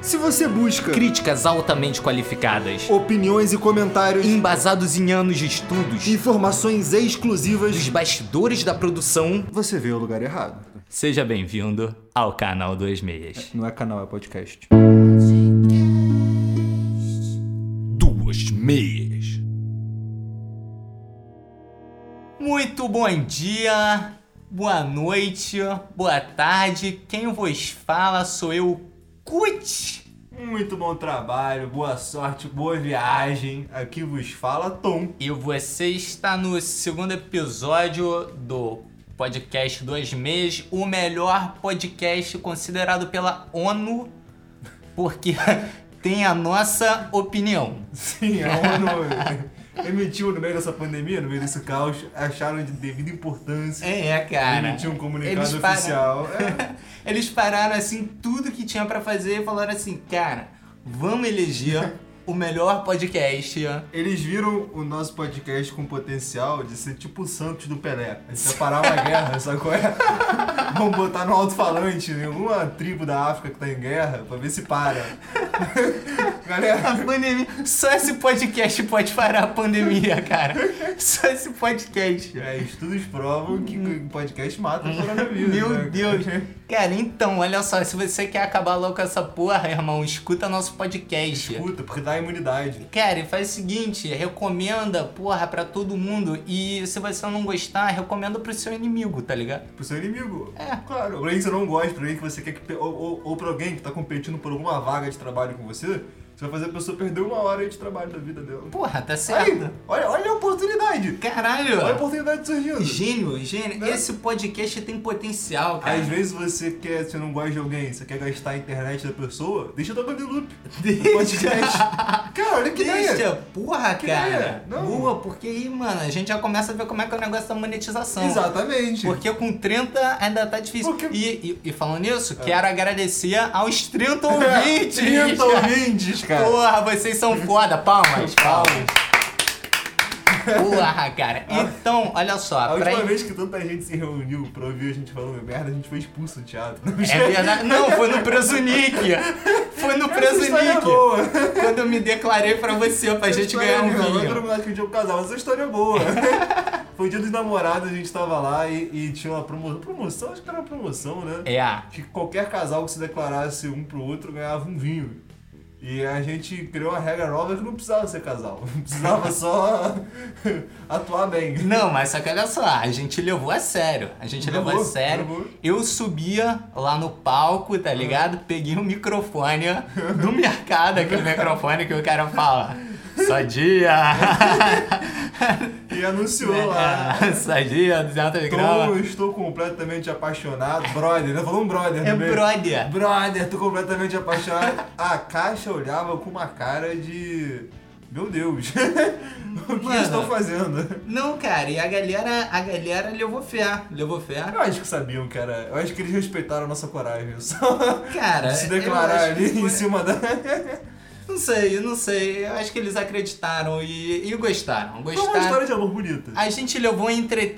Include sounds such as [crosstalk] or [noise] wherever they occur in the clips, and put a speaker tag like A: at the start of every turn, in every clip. A: Se você busca
B: Críticas altamente qualificadas,
A: opiniões e comentários,
B: embasados em anos de estudos,
A: informações
B: dos
A: exclusivas,
B: bastidores da produção.
A: você veio ao lugar errado.
B: Seja bem-vindo ao canal 26.
A: Não é canal, é podcast.
B: Duas meias. Muito bom dia, boa noite, boa tarde. Quem vos fala sou eu, Kut.
A: Muito bom trabalho, boa sorte, boa viagem. Aqui vos fala Tom.
B: E você está no segundo episódio do podcast Dois Meses, o melhor podcast considerado pela ONU, porque [laughs] tem a nossa opinião.
A: Sim, a [laughs] ONU emitiu no meio dessa pandemia, no meio desse caos, acharam de devida importância.
B: É, cara.
A: emitiu um comunicado
B: eles param-
A: oficial. [laughs] É.
B: [laughs] Eles pararam assim tudo que tinha pra fazer e falaram assim, cara, vamos eleger o melhor podcast.
A: Eles viram o nosso podcast com potencial de ser tipo o Santos do Pelé. A gente vai parar uma guerra, [laughs] sabe qual é? Vão botar no alto-falante em alguma tribo da África que tá em guerra pra ver se para. [laughs] Galera,
B: A pandemia. Só esse podcast pode parar a pandemia, cara. Só esse podcast.
A: é, estudos provam que o podcast mata o coronavírus. né?
B: Uhum. Meu Deus. Cara, então, olha só, se você quer acabar logo com essa porra, irmão, escuta nosso
A: [laughs]
B: podcast.
A: Puta, porque dá imunidade. né?
B: Cara, e faz o seguinte, recomenda, porra, pra todo mundo. E se você não gostar, recomenda pro seu inimigo, tá ligado?
A: Pro seu inimigo.
B: É.
A: Claro, alguém que você não gosta, pra alguém que você quer que. pe- Ou, ou, ou pra alguém que tá competindo por alguma vaga de trabalho com você, você vai fazer a pessoa perder uma hora aí de trabalho da vida dela.
B: Porra, tá certo.
A: Aí, olha, olha a oportunidade.
B: Caralho.
A: Olha a oportunidade surgindo.
B: Gênio, gênio.
A: Né?
B: Esse podcast tem potencial, cara.
A: Às vezes você quer, você não gosta de alguém, você quer gastar a internet da pessoa, deixa tocando em loop.
B: Deixa.
A: Podcast. Cara, olha que ideia.
B: Deixa, porra,
A: Que
B: cara.
A: ideia? Não.
B: Boa, porque aí, mano, a gente já começa a ver como é que é o negócio da monetização.
A: Exatamente. [laughs]
B: Porque com 30 ainda tá difícil.
A: Porque- É.
B: E, e- e falando nisso, quero agradecer aos
A: [laughs]
B: 30 ouvintes.
A: 30 É, ouvintes, cara.
B: Porra, vocês são foda. Palmas, palmas. Porra, cara. Então, olha
A: Ah. A
B: só. pra-
A: última vez que tanta gente se reuniu pra ouvir a gente falando merda, a gente foi expulso do teatro.
B: É verdade. Não, foi no Preso Nick. Foi no Preso
A: Essa história é
B: Nick.
A: boa.
B: Quando eu me declarei pra você, pra
A: Essa
B: gente
A: história
B: ganhar um
A: é boa. Agora todo
B: vinho.
A: mundo acha que um dia eu casava. Essa história é boa. [laughs] Foi o dia dos namorados, a gente tava lá e, e tinha uma promoção. Promoção? Acho que era uma promoção, né?
B: É, ah,
A: que qualquer casal que se declarasse um pro outro ganhava um vinho. E a gente criou uma regra nova que não precisava ser casal, [laughs] precisava só [laughs] atuar bem.
B: Não, mas só que olha só, a gente levou a sério. A gente levou, a
A: Levou,
B: sério.
A: levou.
B: Eu subia lá no palco, tá ligado? Peguei o microfone do mercado, aquele microfone que o cara fala. Só dia!
A: E
B: É.
A: anunciou
B: [laughs]
A: lá.
B: Só dia, 200
A: Tom,
B: gramas.
A: eu estou completamente apaixonado. Brother, né? Falou um brother
B: É
A: no meio.
B: brother.
A: Brother, tô completamente apaixonado. A caixa olhava com uma cara de. Meu Deus. [laughs] o que
B: Mano.
A: eles estão fazendo?
B: Não, cara, e a galera, a galera levou fé, levou fé.
A: Eu acho que sabiam, cara. Eu acho que eles respeitaram a nossa coragem. [laughs] Só
B: Cara,
A: se
B: eu
A: declarar
B: acho que
A: ali em
B: foi-
A: cima da.
B: Não sei, eu não sei. Eu acho que eles acreditaram e, e gostaram.
A: Foi uma
B: Gostaram.
A: história de amor bonita.
B: A gente levou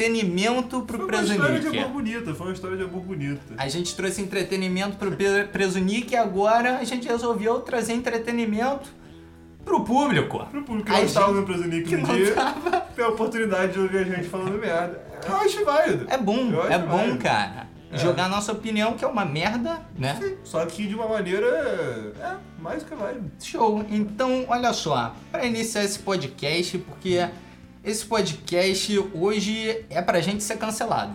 B: entretenimento pro
A: Foi
B: é.
A: uma
B: Preso
A: história de
B: Nick.
A: amor bonita, foi uma história de amor bonita.
B: A gente trouxe entretenimento pro Pe- Preso Nick e agora a gente resolveu trazer entretenimento pro público.
A: Pro público
B: A
A: que não tava
B: gente-
A: no Preso Nick
B: que
A: um
B: não
A: dia, tem a oportunidade de ouvir a gente falando merda. Eu acho válido.
B: É bom,
A: Eu acho
B: é bom,
A: válido.
B: cara. Jogar nossa opinião, que é uma merda, né?
A: Só que de uma maneira. É, mais que válido.
B: Show. Então, olha só, para iniciar esse podcast, porque esse podcast hoje é pra gente ser cancelado.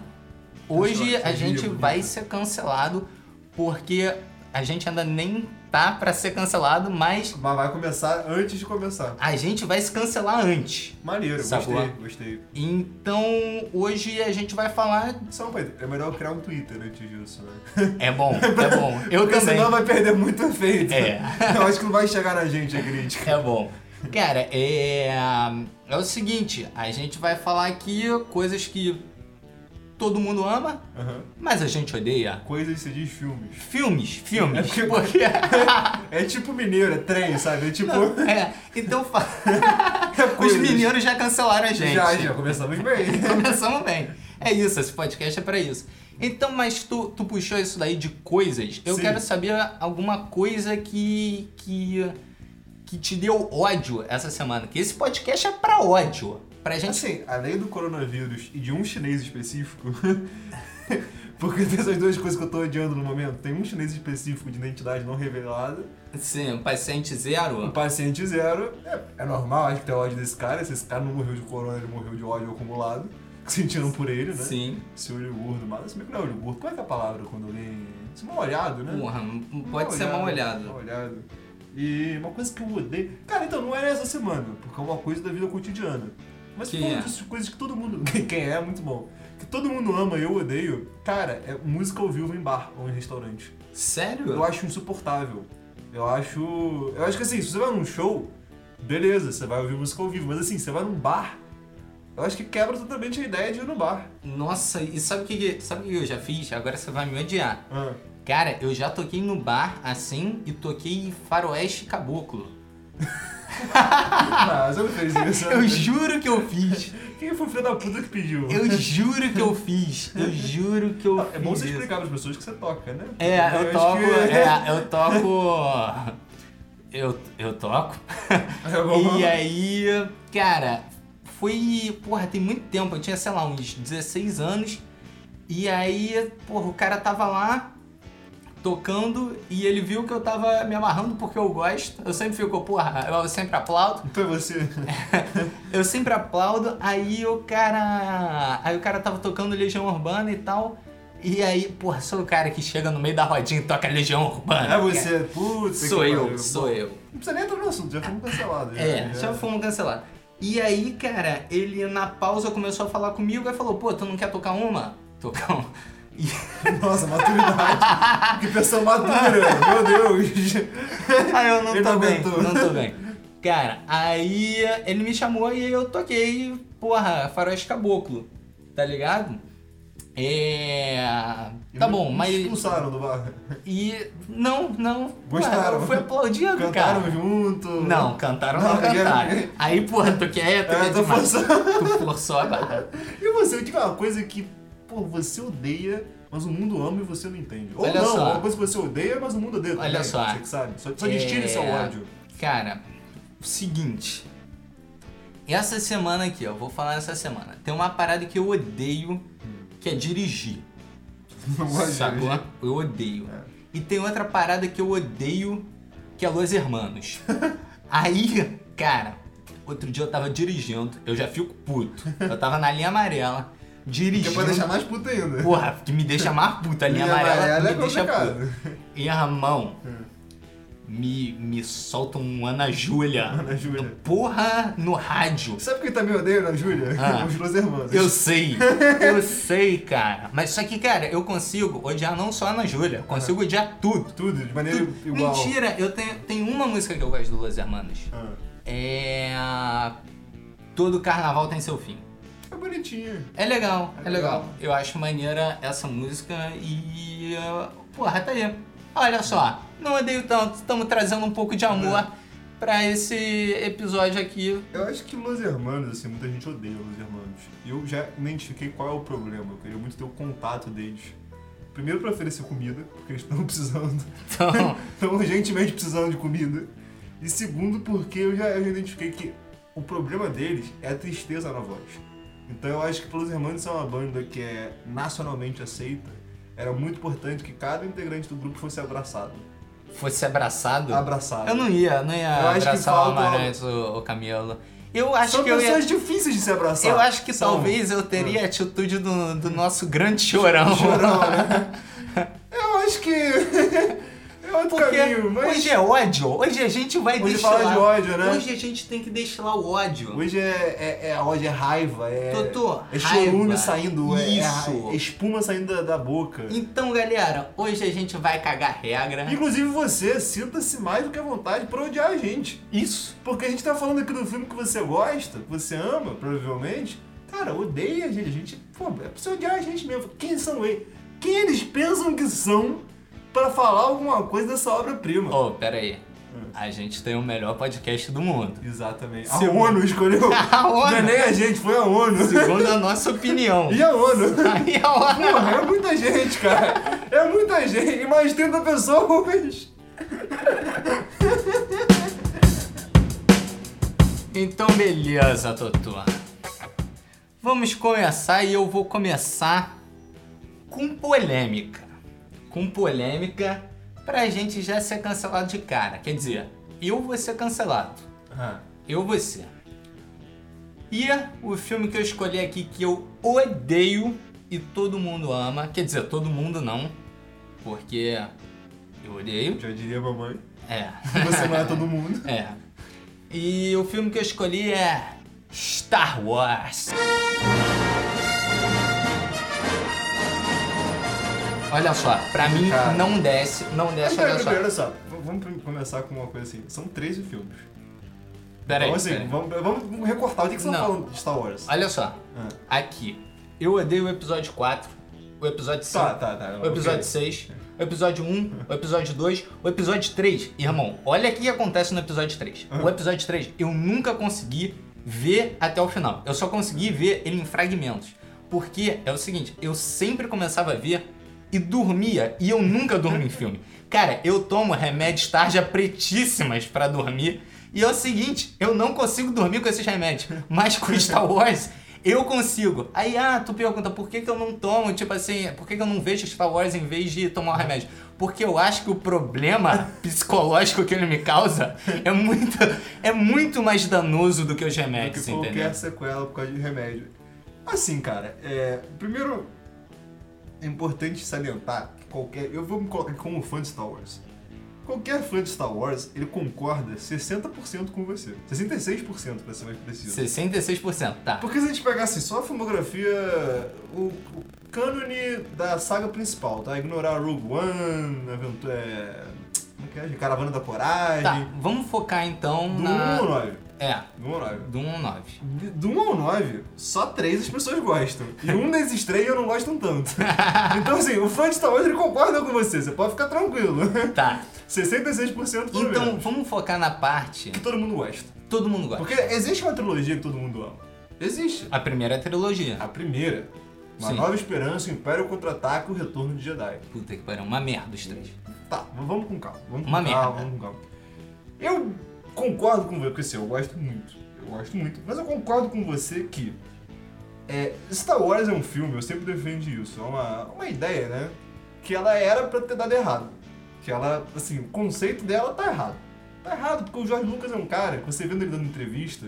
B: Hoje
A: Nossa,
B: a
A: que
B: gente
A: bonito.
B: vai ser cancelado porque a gente ainda nem tá pra ser cancelado, mas
A: Mas vai começar antes de começar.
B: a gente vai se cancelar antes.
A: Maneiro,
B: Sacou?
A: gostei, gostei.
B: Então, hoje a gente vai falar.
A: Só uma coisa, é melhor eu criar um Twitter antes disso, né?
B: É bom, é
A: [laughs]
B: bom. Eu
A: Porque
B: também.
A: senão vai perder muito
B: [laughs]
A: efeito.
B: É.
A: Eu acho que não vai chegar na gente a crítica.
B: É bom. Cara, é. É o seguinte, a gente vai falar aqui coisas que todo mundo ama,
A: Aham.
B: mas a gente odeia.
A: Coisas se diz filmes.
B: Filmes,
A: É
B: filmes.
A: porque-
B: Porque. [laughs]
A: É tipo mineiro, é trem, sabe? É tipo. [laughs] é
B: É, então fa- os
A: coisas.
B: [laughs] mineiros já cancelaram a gente.
A: Já, já, começamos bem.
B: Começamos bem. É isso, esse podcast é pra isso. Então, mas tu, tu puxou isso daí de coisas. Eu
A: Sim.
B: quero saber alguma coisa que, que que te deu ódio essa semana. Que esse podcast é pra ódio. Pra gente.
A: Assim, além do coronavírus e de um chinês específico, [laughs] porque tem essas duas coisas que eu tô odiando no momento, tem um chinês específico de identidade não revelada,
B: Sim, paciente
A: um
B: zero.
A: paciente zero, é, é normal, acho que tem ódio desse cara, se esse cara não morreu de corona, ele morreu de ódio acumulado, que sentiram por ele, né?
B: Sim.
A: Esse olho gordo, mas se bem que não é olho gordo, qual é que é a palavra quando alguém... Isso é mal olhado, né?
B: Porra, não- não pode ser mal
A: Mal
B: olhado.
A: olhado. E uma coisa que eu odeio. Cara, então, não era essa semana, porque é uma coisa da vida cotidiana. Mas
B: Quem
A: falando
B: é?
A: disso, coisas que todo mundo. [laughs] Quem é, é muito bom. Que todo mundo ama e eu odeio. Cara, é música ao vivo em bar ou em restaurante. Eu
B: Sério?
A: acho insuportável. Eu acho. Eu acho que assim, se você vai num show, beleza, você vai ouvir música ao vivo. Mas assim, você vai num bar. Eu acho que quebra totalmente a ideia de ir no bar.
B: Nossa, e sabe o que, que- sabe o que eu já fiz? Agora você vai me odiar. [laughs]
A: Ah.
B: Cara, eu já toquei no bar assim e toquei faroeste caboclo.
A: Ah, você não fez isso. né?
B: Eu juro que eu fiz.
A: Quem foi o filho da puta que pediu?
B: Eu juro que eu fiz. Eu juro que eu
A: É bom você
B: fiz isso.
A: explicar para as pessoas que você toca, né?
B: É, eu
A: acho
B: toco.
A: que-
B: É, eu toco. Eu, eu toco.
A: [laughs] É bom.
B: E aí, cara, foi. Porra, tem muito tempo. Eu tinha, sei lá, uns 16 anos. E aí, porra, o cara tava lá tocando e ele viu que eu tava me amarrando porque eu gosto. Eu sempre fico, porra, eu sempre aplaudo.
A: Então é você.
B: Eu sempre aplaudo, aí o cara. Aí o cara tava tocando Legião Urbana e tal. E aí, porra, sou o cara que chega no meio da rodinha e toca Legião Urbana.
A: É você. Putz, que né?
B: Tá. Sou eu,
A: pariu.
B: sou eu.
A: Não precisa nem entrar no assunto, já fomos cancelados.
B: É, já fomos cancelados. E aí, cara, ele na pausa começou a falar comigo e falou, pô, tu não quer tocar uma? Tocar uma. E-
A: [laughs] Nossa, maturidade. que pessoa madura, meu Deus.
B: Aí eu não
A: Ele
B: tô
A: não
B: bem,
A: aguentou.
B: não tô bem. Cara, aí ele me chamou e eu toquei, porra, faroeste caboclo, tá ligado? É. Tá
A: E
B: bom,
A: me
B: mas.
A: Expulsaram do bar.
B: E. Não, não.
A: Gostaram?
B: Ué, eu fui aplaudido,
A: Cantaram
B: cara.
A: junto.
B: Não, cantaram não,
A: Não,
B: cantaram.
A: eu-
B: Aí, porra, tu quer, tu
A: É,
B: quer
A: eu tô
B: demais.
A: forçando.
B: Tu forçou a barra.
A: E você, eu digo uma coisa que, pô, você odeia, mas o mundo ama e você não entende. Ou
B: Olha
A: não, é
B: só.
A: uma coisa que você odeia, mas o mundo odeia
B: Olha
A: também,
B: só.
A: Você que sabe. Só, só
B: É.
A: destile seu ódio.
B: Cara, o seguinte. Essa semana aqui, ó, vou falar essa semana. Tem uma parada que eu odeio, que é dirigir.
A: Não gosto de [laughs]
B: Sacou?
A: dirigir.
B: Eu odeio.
A: É.
B: E tem outra parada que eu odeio, que é
A: [laughs]
B: Los Hermanos. Aí, cara, outro dia eu tava dirigindo, eu já fico puto. Eu tava na linha amarela,
A: Que é pra deixar
B: dirigindo.
A: mais puta ainda.
B: Porra, que me deixa mais
A: [laughs]
B: puto. A linha, amarela,
A: é
B: me deixa puto. E a mão
A: Hum.
B: me, me solta um Ana Júlia.
A: Ana Júlia.
B: Então, Porra no rádio.
A: Sabe quem também odeia na Júlia? [laughs]
B: Ah.
A: Os Los Hermanos.
B: Eu sei, eu sei, cara. Mas só que, cara, eu consigo odiar não só a Ana Júlia, eu consigo odiar tudo.
A: Tudo, de maneira
B: tudo.
A: igual.
B: Mentira, eu tenho, tenho uma música que eu gosto do Los Hermanos.
A: Ah.
B: É. a- Todo carnaval tem seu fim.
A: É bonitinho.
B: É legal, é
A: É
B: legal.
A: legal.
B: Eu acho maneira essa música e. ah, Porra, tá aí. Olha só, não odeio tanto, estamos trazendo um pouco de amor pra esse episódio aqui.
A: Eu acho que Los Hermanos, assim, muita gente odeia Los Hermanos. E eu já identifiquei qual é o problema. Eu queria muito ter o contato deles. Primeiro pra oferecer comida, porque eles estão [laughs] precisando. [laughs]
B: Então,
A: Estão urgentemente precisando de comida. E segundo, porque eu já, eu já identifiquei que o problema deles é a tristeza na voz. Então eu acho que Los Hermanos é uma banda que é nacionalmente aceita. Era muito importante que cada integrante do grupo fosse abraçado.
B: fosse abraçado.
A: Abraçado.
B: Eu não ia, não ia
A: Eu acho que
B: abraçar o
A: falta-
B: Amarantes ou o Camelo. Eu acho
A: São
B: que eu ia.
A: pessoas difíceis de se abraçar.
B: Eu acho que
A: São- Ah.
B: talvez eu teria a atitude do, do nosso grande chorão.
A: Chorão, né? Eu acho que. [laughs] é outro
B: [laughs] Porque
A: caminho, mas.
B: hoje é ódio. Hoje a gente vai
A: Hoje
B: destilar.
A: fala de ódio, né?
B: Hoje a gente tem que destilar o ódio.
A: Hoje é, é, é- hoje é raiva, é.
B: Totô,
A: é
B: raiva.
A: chorume saindo, é-
B: Isso.
A: É, é espuma saindo da, da boca.
B: Então, galera, hoje a gente vai cagar regra.
A: Inclusive você, sinta-se mais do que à vontade pra odiar a gente.
B: Isso.
A: Porque a gente tá falando aqui do filme que você gosta, que você ama, provavelmente. Cara, odeia a gente. A gente, pô, é pra você odiar a gente mesmo. Quem são eles? Quem eles pensam que são pra falar alguma coisa dessa obra-prima?
B: Oh, pera aí. A gente tem o melhor podcast do mundo. [laughs]
A: Exatamente.
B: Se-
A: A ONU [laughs] escolheu.
B: A ONU.
A: Não é nem a gente, foi a ONU.
B: Segundo a nossa opinião.
A: E a ONU?
B: Aí a hora.
A: Porra, é muita gente, cara. É muita gente. E mais 30 pessoas.
B: Então, beleza, Totó. Vamos começar e eu vou começar com polêmica. Com polêmica pra gente já ser cancelado de cara. Quer dizer, eu vou ser cancelado.
A: Ah,
B: Eu vou ser. E é o filme que eu escolhi aqui que eu odeio e todo mundo ama. Quer dizer, todo mundo não. Porque eu odeio.
A: já diria a mamãe.
B: É.
A: Você não é todo mundo.
B: [laughs] É. E o filme que eu escolhi é Star Wars. Olha só, pra mim
A: Cara. é
B: não desce, não desce, olha só.
A: Então, olha só, v- vamos prim- começar com uma coisa assim. São 13 filmes.
B: Pera aí,
A: Então, assim,
B: pera aí.
A: Vamos, vamos recortar. O que, que você tá
B: Não.
A: falando de Star Wars?
B: Olha só,
A: Ah.
B: aqui. Eu odeio o episódio 4, o episódio 5,
A: Tá, tá, tá.
B: o episódio
A: ok.
B: 6, o episódio 1, o episódio 2, o episódio 3. Irmão, olha o que acontece no episódio 3. O episódio 3 eu nunca consegui ver até o final. Eu só consegui ver ele em fragmentos. Porque é o seguinte, eu sempre começava a ver e dormia, e eu nunca durmo em filme. Cara, eu tomo remédios tarja pretíssimas pra dormir, e é o seguinte, eu não consigo dormir com esses remédios, mas com Star Wars eu consigo. Aí, ah, tu pergunta por que, que eu não tomo, tipo assim, por que, que eu não vejo Star Wars em vez de tomar o remédio? Porque eu acho que
A: [laughs]
B: o problema psicológico que ele me causa é muito, é muito mais danoso do que os
A: que
B: remédios,
A: qualquer
B: entendeu?
A: sequela por causa de remédio. Assim, cara, é, primeiro é importante salientar que qualquer. Eu vou me colocar como fã de Star Wars. Qualquer fã de Star Wars, ele concorda 60% com você. 66% pra ser mais preciso.
B: 66%, tá.
A: Porque se a gente pegasse só a filmografia, o, o cânone da saga principal, tá? Ignorar Rogue One, Aventura. é, Como é que é? Caravana da Coragem.
B: Tá, vamos focar então
A: Do 1 ao
B: na...
A: 9.
B: É,
A: Do 1 ao 9.
B: do 1 ao 9.
A: De- Do 1 ao 9, só três as pessoas gostam. E um desses três eu não gosto tanto.
B: [laughs]
A: Então, assim, o fã de Star Wars ele concorda com você, você pode ficar tranquilo. [laughs]
B: Tá,
A: 66% pelo
B: então
A: menos.
B: vamos focar na parte
A: Que
B: que
A: todo mundo gosta.
B: todo mundo gosta.
A: Porque existe uma trilogia que todo mundo ama. Existe.
B: A primeira é a trilogia.
A: A primeira. Uma
B: Sim.
A: Nova Esperança, o Império Contra-Ataque e o Retorno de Jedi.
B: Puta que pariu, uma merda os três.
A: Tá, mas vamos com calma. Vamos com
B: Uma
A: calma,
B: merda.
A: vamos com calma. Eu concordo com você, porque assim, eu gosto muito. Eu gosto muito. Mas eu concordo com você que. é, Star Wars é um filme, eu sempre defendo isso. É uma, uma ideia, né? Que ela era pra ter dado errado. Que ela, assim, o conceito dela tá errado. Tá errado, porque o George Lucas é um cara que você vendo ele dando entrevista,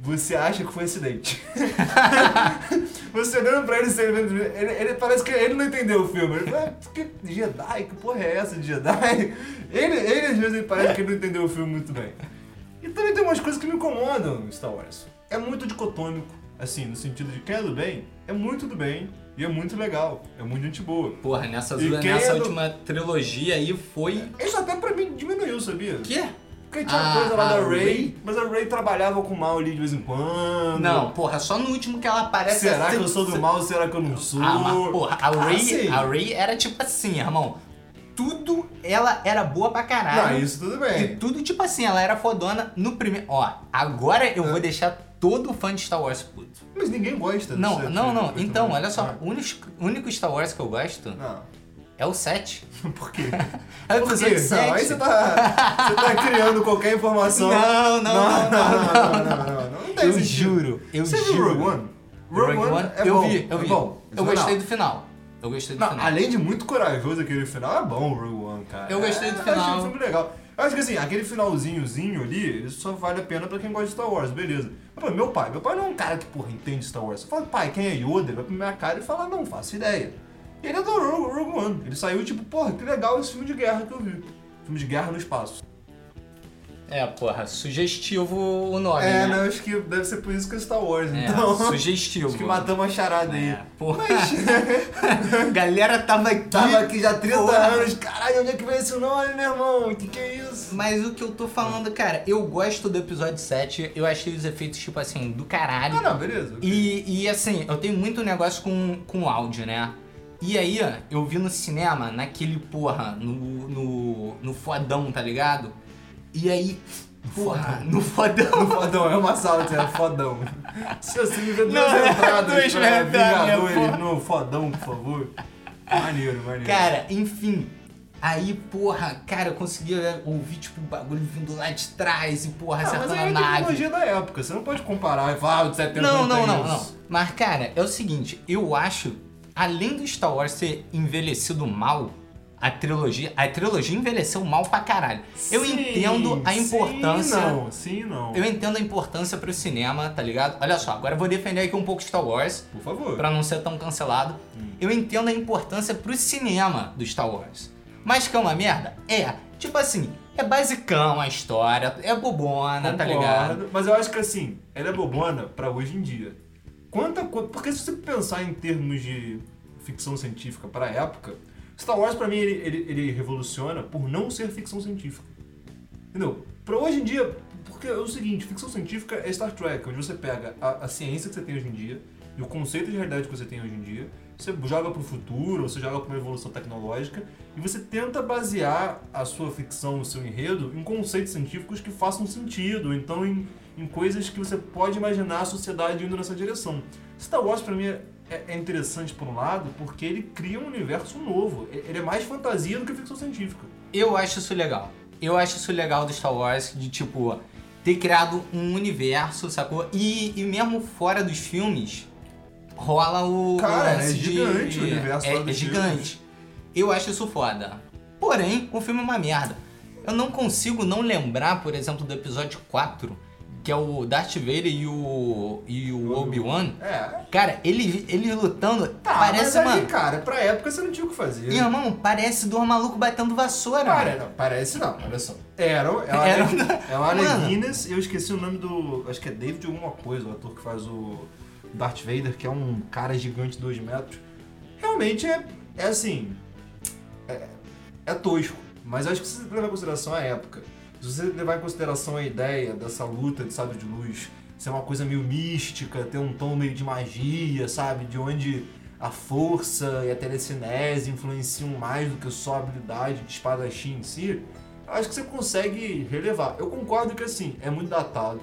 A: você acha que foi um acidente. [laughs] você olhando pra ele, você vendo, ele, ele parece que ele não entendeu o filme. Ele fala, "Ah, que Jedi, que porra é essa de Jedi? Ele, ele às vezes ele parece que ele não entendeu o filme muito bem. E também tem umas coisas que me incomodam no Star Wars. É muito dicotômico, assim, no sentido de quem é do bem, é muito do bem, e é muito legal, é muito gente boa.
B: Porra, nessa,
A: E quem
B: nessa
A: é do-
B: última trilogia aí foi.
A: Isso até pra mim diminuiu, sabia?
B: Quê?
A: Porque tinha
B: Ah,
A: uma coisa lá
B: a
A: da Ray,
B: Rey?
A: mas a Ray trabalhava com o mal ali de vez em quando.
B: Não, porra, só no último que ela aparece.
A: Será
B: assim-
A: que eu sou do mal? Será que eu não sou?
B: Ah, mas porra, a Ray,
A: Assim.
B: a Ray era tipo assim, irmão. Tudo ela era boa pra caralho.
A: Não, isso é. tudo
B: E
A: bem.
B: tudo tipo assim, ela era fodona no primeiro. Ó, agora eu vou deixar todo fã de Star Wars puto.
A: Mas ninguém gosta
B: Não,
A: dessa
B: não, não.
A: coisa
B: Então,
A: também.
B: olha só,
A: Ah,
B: o único- único Star Wars que eu gosto
A: Não. [laughs]
B: é o 7.
A: Por
B: [laughs]
A: quê?
B: É o
A: Por quê?
B: episódio 7.
A: Não, aí você tá, você tá criando qualquer informação.
B: Não, não, não,
A: não, não, não, não, não, não tem
B: Eu
A: sentido.
B: juro, eu
A: você
B: juro.
A: viu Rogue One?
B: Rogue One,
A: é
B: eu
A: bom,
B: vi, eu
A: é
B: vi.
A: bom.
B: eu gostei do final. Eu gostei do
A: Não,
B: final.
A: além de muito corajoso aquele final, é bom o Rogue One, cara.
B: Eu gostei do
A: É, Eu
B: final.
A: achei um filme legal. Eu acho que assim, aquele finalzinhozinho ali, ele só vale a pena pra quem gosta de Star Wars, beleza. Mas, pô, meu pai, meu pai não é um cara que, porra, entende Star Wars. Eu falo, pai, quem é Yoda? Ele vai pra minha cara e fala, não, faço ideia. E ele adorou o Rogue One. Ele saiu tipo, porra, que legal esse filme de guerra que eu vi. Filme de guerra no espaço.
B: É, porra, sugestivo o nome,
A: É,
B: né?
A: não, acho que deve ser por isso que é Star Wars,
B: É,
A: então. [laughs]
B: sugestivo.
A: Acho que matamos a charada aí.
B: É, porra.
A: Mas. [laughs]
B: [laughs] Galera tava aqui.
A: Tava aqui já 30
B: Porra.
A: anos, caralho, onde é que veio esse nome, meu irmão? Que que é isso?
B: Mas o que eu tô falando, cara, eu gosto do episódio 7, eu achei os efeitos, tipo assim, do caralho.
A: Ah, não, beleza.
B: E, e, assim, eu tenho muito negócio com, com áudio, né? E aí, ó, eu vi no cinema, naquele porra, no, no, no fodão, tá ligado? E aí, porra, no fodão.
A: [laughs] No fodão, é uma sala, assim, é fodão. Se você me vê duas
B: Não, é
A: entradas
B: duas,
A: pra
B: né, tá, minha porra.
A: Vingadores no fodão, por favor. Maneiro, maneiro.
B: [laughs] Cara, enfim. Aí, porra, cara, eu conseguia ouvir, tipo, o bagulho vindo lá de trás e, porra,
A: Ah, mas
B: acertando
A: aí
B: a
A: é a
B: nave.
A: tecnologia da época, você não pode comparar e falar, ah, o de 70
B: Não,
A: tem
B: não, não,
A: isso.
B: não. Mas, cara, é o seguinte, eu acho, além do Star Wars ter envelhecido mal, a trilogia. A trilogia envelheceu mal pra caralho. eu
A: Sim,
B: entendo a importância.
A: Sim, não, sim, não.
B: Eu entendo a importância pro cinema, tá ligado? Olha só, agora eu vou defender aqui um pouco Star Wars,
A: Por favor.
B: pra não ser tão cancelado.
A: Hum.
B: Eu entendo a importância pro cinema do Star Wars. Mas que é uma merda? É. Tipo assim, é basicão a história, é bobona, tá ligado?
A: Concordo, Mas eu acho que assim, ela é bobona pra hoje em dia. Quanta coisa. Porque se você pensar em termos de ficção científica pra época, Star Wars pra mim ele, ele, ele revoluciona por não ser ficção científica. Entendeu? Pra hoje em dia, porque é o seguinte, ficção científica é Star Trek, onde você pega a, a ciência que você tem hoje em dia e o conceito de realidade que você tem hoje em dia, você joga pro futuro, ou você joga pra uma evolução tecnológica, e você tenta basear a sua ficção, o seu enredo, em conceitos científicos que façam sentido, ou então em, em coisas que você pode imaginar a sociedade indo nessa direção. Star Wars pra mim é, é interessante por um lado, porque ele cria um universo novo, E- ele é mais fantasia do que ficção científica.
B: Eu acho isso legal. Eu acho isso legal do Star Wars, de tipo, ter criado um universo, sacou? E, e mesmo fora dos filmes, rola o.
A: Cara,
B: o lance
A: é
B: de-
A: gigante o universo
B: É,
A: fora
B: é
A: dos
B: gigante. Eu acho isso foda. Porém, o filme é uma merda. Eu não consigo não lembrar, por exemplo, do episódio 4, que é o Darth Vader e o. e o Obi-Wan.
A: É.
B: Cara, ele, ele lutando,
A: Tá, mas
B: parece
A: aí,
B: uma.
A: cara, pra época você não tinha o que fazer.
B: Irmão, parece dois malucos batendo vassoura.
A: Para,
B: mano.
A: não, parece não, olha só. é Era, ela
B: Era-
A: era, ela era
B: Mano.
A: Guinness, eu esqueci o nome do. Acho que é David alguma coisa, o ator que faz o Darth Vader, que é um cara gigante de 2 metros. Realmente é, é assim. É, é tosco. Mas eu acho que se você levar em consideração a época, se você levar em consideração a ideia dessa luta de sábio de luz ser uma coisa meio mística, ter um tom meio de magia, sabe? De onde a força e a telecinese influenciam mais do que só a habilidade de espadachim em si, acho que você consegue relevar. Eu concordo que assim, é muito datado.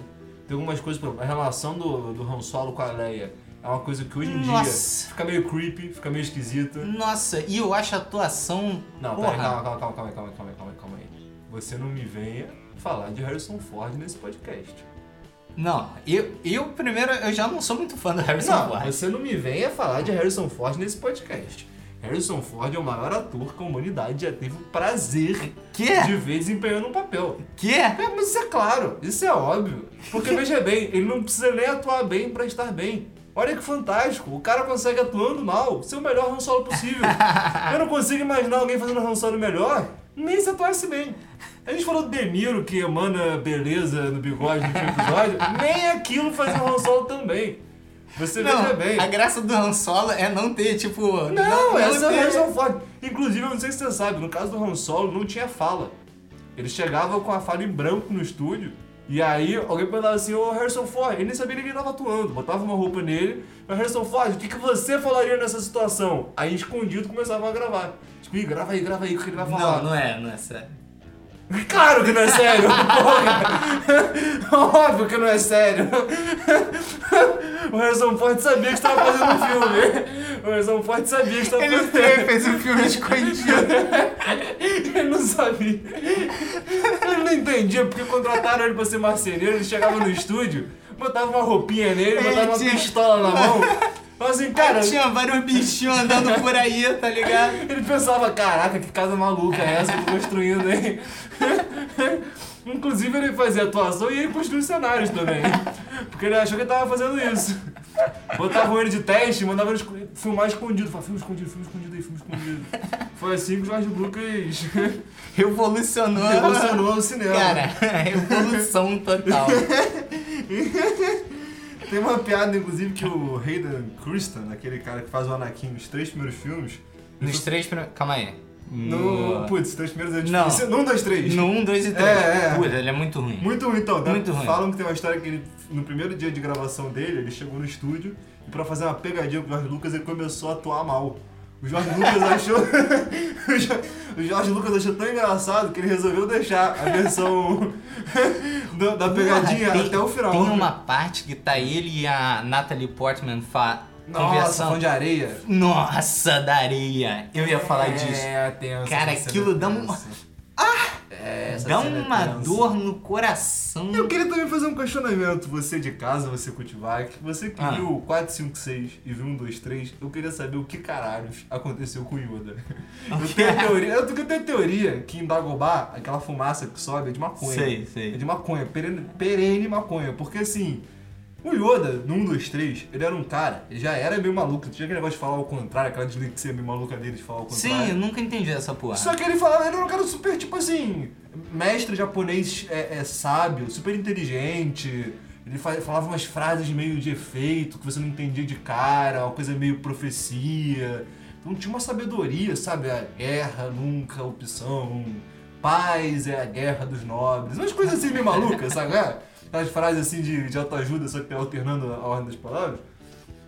A: Tem algumas coisas, por exemplo, a relação do, do Han Solo com a Leia é uma coisa que hoje em
B: Nossa.
A: dia fica meio creepy, fica meio esquisita.
B: Nossa, e eu acho a atuação.
A: Não,
B: porra.
A: peraí, calma, calma, calma, calma, calma, calma, calma, calma aí. Você não me venha falar de Harrison Ford nesse podcast.
B: Não, eu, eu primeiro, eu já não sou muito fã do Harrison
A: Não,
B: Ford.
A: você não me venha falar de Harrison Ford nesse podcast. Harrison Ford é o maior ator que a humanidade já teve o prazer
B: Que?
A: de ver desempenhando um papel.
B: Que?
A: É, mas isso é claro, isso é óbvio.
B: [laughs]
A: Porque veja bem, ele não precisa nem atuar bem pra estar bem. Olha que fantástico, o cara consegue atuando mal ser o melhor Han Solo
B: [laughs]
A: possível. Eu não consigo imaginar alguém fazendo Han Solo melhor, nem se atuasse bem. A gente falou do Demiro, que emana beleza no bigode no último
B: [laughs]
A: episódio, nem aquilo fazia o Han Solo também. Você veja bem.
B: Não, a graça do Han Solo é não ter, tipo.
A: Não,
B: é
A: essa é o Harrison Ford. Inclusive, eu não sei se você sabe, no caso do Han Solo, não tinha fala. Ele chegava com a fala em branco no estúdio, e aí alguém perguntava assim, ô Harrison Ford, ele nem sabia nem que ele tava atuando, botava uma roupa nele, mas Harrison Ford, o que, que você falaria nessa situação? Aí escondido começava a gravar. Tipo, "Ih, grava aí, grava aí, o que tá ele vai falar?
B: Não, não é, não é sério.
A: Claro que não é
B: [laughs]
A: sério, porra! [laughs] Óbvio que não é sério! [laughs] O Harrison Ford sabia que estava fazendo um filme. O Harrison Ford sabia que estava
B: Ele
A: fazendo
B: fez, fez um filme [laughs] escondido.
A: Ele não sabia. Ele não entendia porque contrataram ele pra ser marceneiro. Ele chegava no estúdio, botava uma roupinha nele,
B: Ele
A: botava uma
B: tinha-
A: pistola na mão. Falava assim, cara.
B: Tinha vários bichinhos andando por aí, tá ligado?
A: Ele pensava, caraca, que casa maluca é essa que eu tô construindo, hein? Inclusive ele fazia atuação e ele construía cenários também. Porque ele achou que ele tava fazendo isso. Botavam ele de teste, mandavam ele esco- filmar escondido. Falava, filme escondido, filme escondido aí, filme escondido. Foi assim que o Jorge Lucas [laughs]
B: Revolucionou.
A: revolucionou o cinema.
B: Cara, [laughs] revolução total.
A: Tem uma piada, inclusive, que o Hayden Christensen, aquele cara que faz o Anakin nos três primeiros filmes,
B: Nos três primeiros. Calma aí.
A: no... Putz, três primeiros é
B: Não.
A: difícil. Num, dois, três.
B: No 1, 2 e 3.
A: É, é.
B: Puta, ele é muito ruim.
A: Muito ruim, então. né?
B: Muito ruim.
A: Falam que tem uma história que ele, no primeiro dia de gravação dele, ele chegou no estúdio e pra fazer uma pegadinha com o George Lucas, ele começou a atuar mal. O Jorge
B: [laughs]
A: Lucas achou. [laughs] o Jo- o Jorge Lucas achou tão engraçado que ele resolveu deixar a versão [laughs] da, da pegadinha
B: Porra, tem-
A: até o final.
B: Tem uma parte que tá ele e a Natalie Portman fa
A: Nossa,
B: conversando.
A: fã de areia.
B: Nossa, daria! Eu ia falar disso.
A: É, tenso.
B: Cara,
A: essa
B: aquilo
A: cena
B: dá
A: é
B: um-
A: tensa. É, essa
B: Dá
A: cena é
B: uma
A: tensa.
B: dor no coração.
A: Eu queria também fazer um questionamento. Você de casa, você cultivar, que você que
B: Ah.
A: viu 4, 5, 6 e viu 1, 2, 3, eu queria saber o que caralhos aconteceu com o Yoda. Eu
B: [laughs]
A: tenho a teoria, eu tenho eu tenho a teoria que em Dagobah, aquela fumaça que sobe é de maconha.
B: Sei, sei.
A: É de maconha, perene, perene maconha. Porque assim, o Yoda, no 1, 2, 3, ele era um cara, ele já era meio maluco. Tinha aquele negócio de falar ao contrário, aquela dislexia meio maluca dele de falar ao contrário.
B: Sim, eu nunca entendi essa porra.
A: Só que ele falava, ele era um cara super, tipo assim, mestre japonês é, é sábio, super inteligente. Ele fa- falava umas frases meio de efeito, que você não entendia de cara, uma coisa meio profecia. Então tinha uma sabedoria, sabe? A guerra nunca é opção, paz é a guerra dos nobres. Umas coisas assim meio malucas, sabe? Aquelas frases assim de, de autoajuda, só que alternando a ordem das palavras.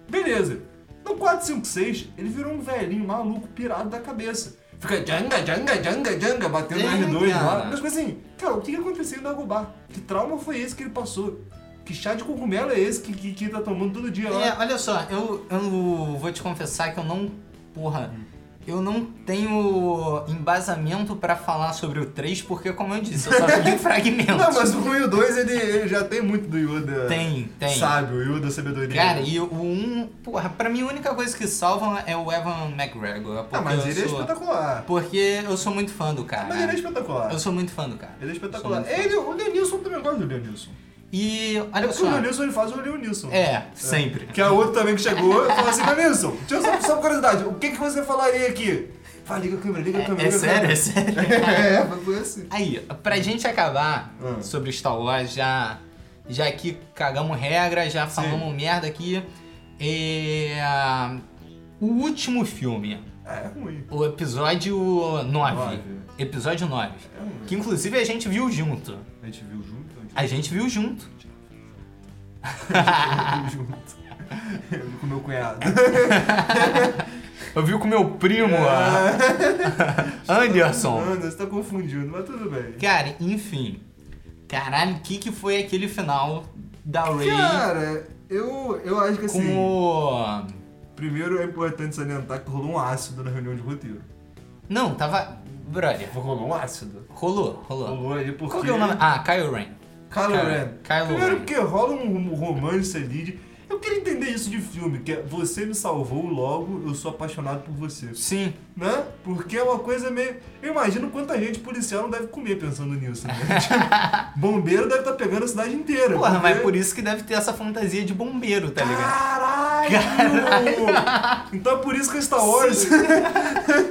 A: Beleza. No 456, ele virou um velhinho maluco pirado da cabeça. Fica janga, janga, janga, janga, batendo no
B: É,
A: R2 lá.
B: cara.
A: Mas tipo assim, cara, o que que aconteceu em Dagobah? Que trauma foi esse que ele passou? Que chá de cogumelo é esse que, que, que ele tá tomando todo dia lá?
B: É, olha só, eu, eu vou te confessar que eu não. Porra.
A: Hum.
B: Eu não tenho embasamento pra falar sobre o 3, porque, como eu disse, eu só
A: [laughs]
B: vi fragmentos.
A: Não, mas o 1 e o 2, ele, ele já tem muito do Yoda.
B: Tem, tem.
A: Sabe, o Yoda sabedoria.
B: Cara, e o 1. Porra, pra mim a única coisa que salva é o Evan McGregor. Porque
A: ah, mas
B: eu
A: ele é
B: sou-
A: espetacular.
B: Porque eu sou muito fã do cara.
A: Mas ele é espetacular.
B: Eu sou muito fã do cara.
A: Ele é
B: Sou
A: espetacular.
B: muito fã.
A: Ele, o Leonilson também gosta do Leonilson.
B: E
A: É porque
B: olha
A: o
B: só.
A: Leonilson ele faz o Leonilson.
B: É, sempre.
A: Que é outro também que chegou e falou assim, Danilson, deixa eu só, só uma curiosidade, o que, que você falaria aqui? Fala, liga a câmera, liga a câmera.
B: É
A: liga a
B: sério, é
A: câmera.
B: sério.
A: [laughs] É, mas foi assim.
B: Aí, pra gente acabar
A: Hum.
B: sobre Star Wars, já, já aqui cagamos regra, já falamos merda aqui. É, o último filme,
A: É, é ruim.
B: o episódio 9.
A: Nove.
B: Episódio 9.
A: É ruim.
B: Que inclusive a gente viu junto.
A: A gente viu junto?
B: A gente viu junto.
A: A gente viu junto. [laughs] Eu vi com meu
B: [laughs]
A: cunhado.
B: Eu vi com meu primo, a-
A: É.
B: [laughs] Anderson.
A: Mano, você tá confundindo, mas tudo bem.
B: Cara, enfim. Caralho, o que, que foi aquele final da Ray
A: Cara, eu, eu acho que
B: com
A: assim,
B: o.
A: primeiro é importante salientar que rolou um ácido na reunião de roteiro.
B: Não, tava. Brother,
A: Rolou um ácido?
B: rolou, rolou.
A: Rolou ali porque...
B: Qual que é o nome? Ah, Kylo Ren.
A: Kylo
B: Kylo-
A: Ren.
B: Kylo
A: Primeiro
B: Ren.
A: porque rola um romance ali de... Eu queria entender isso de filme, que é você me salvou, logo eu sou apaixonado por você.
B: Sim.
A: Né? Porque é uma coisa meio... Eu imagino quanta gente policial não deve comer pensando nisso, né? [laughs] Tipo, bombeiro deve estar pegando a cidade inteira.
B: Porra, mas
A: porque-
B: por isso que deve ter essa fantasia de bombeiro, tá ligado?
A: Caralho! Então é por isso que Star Wars...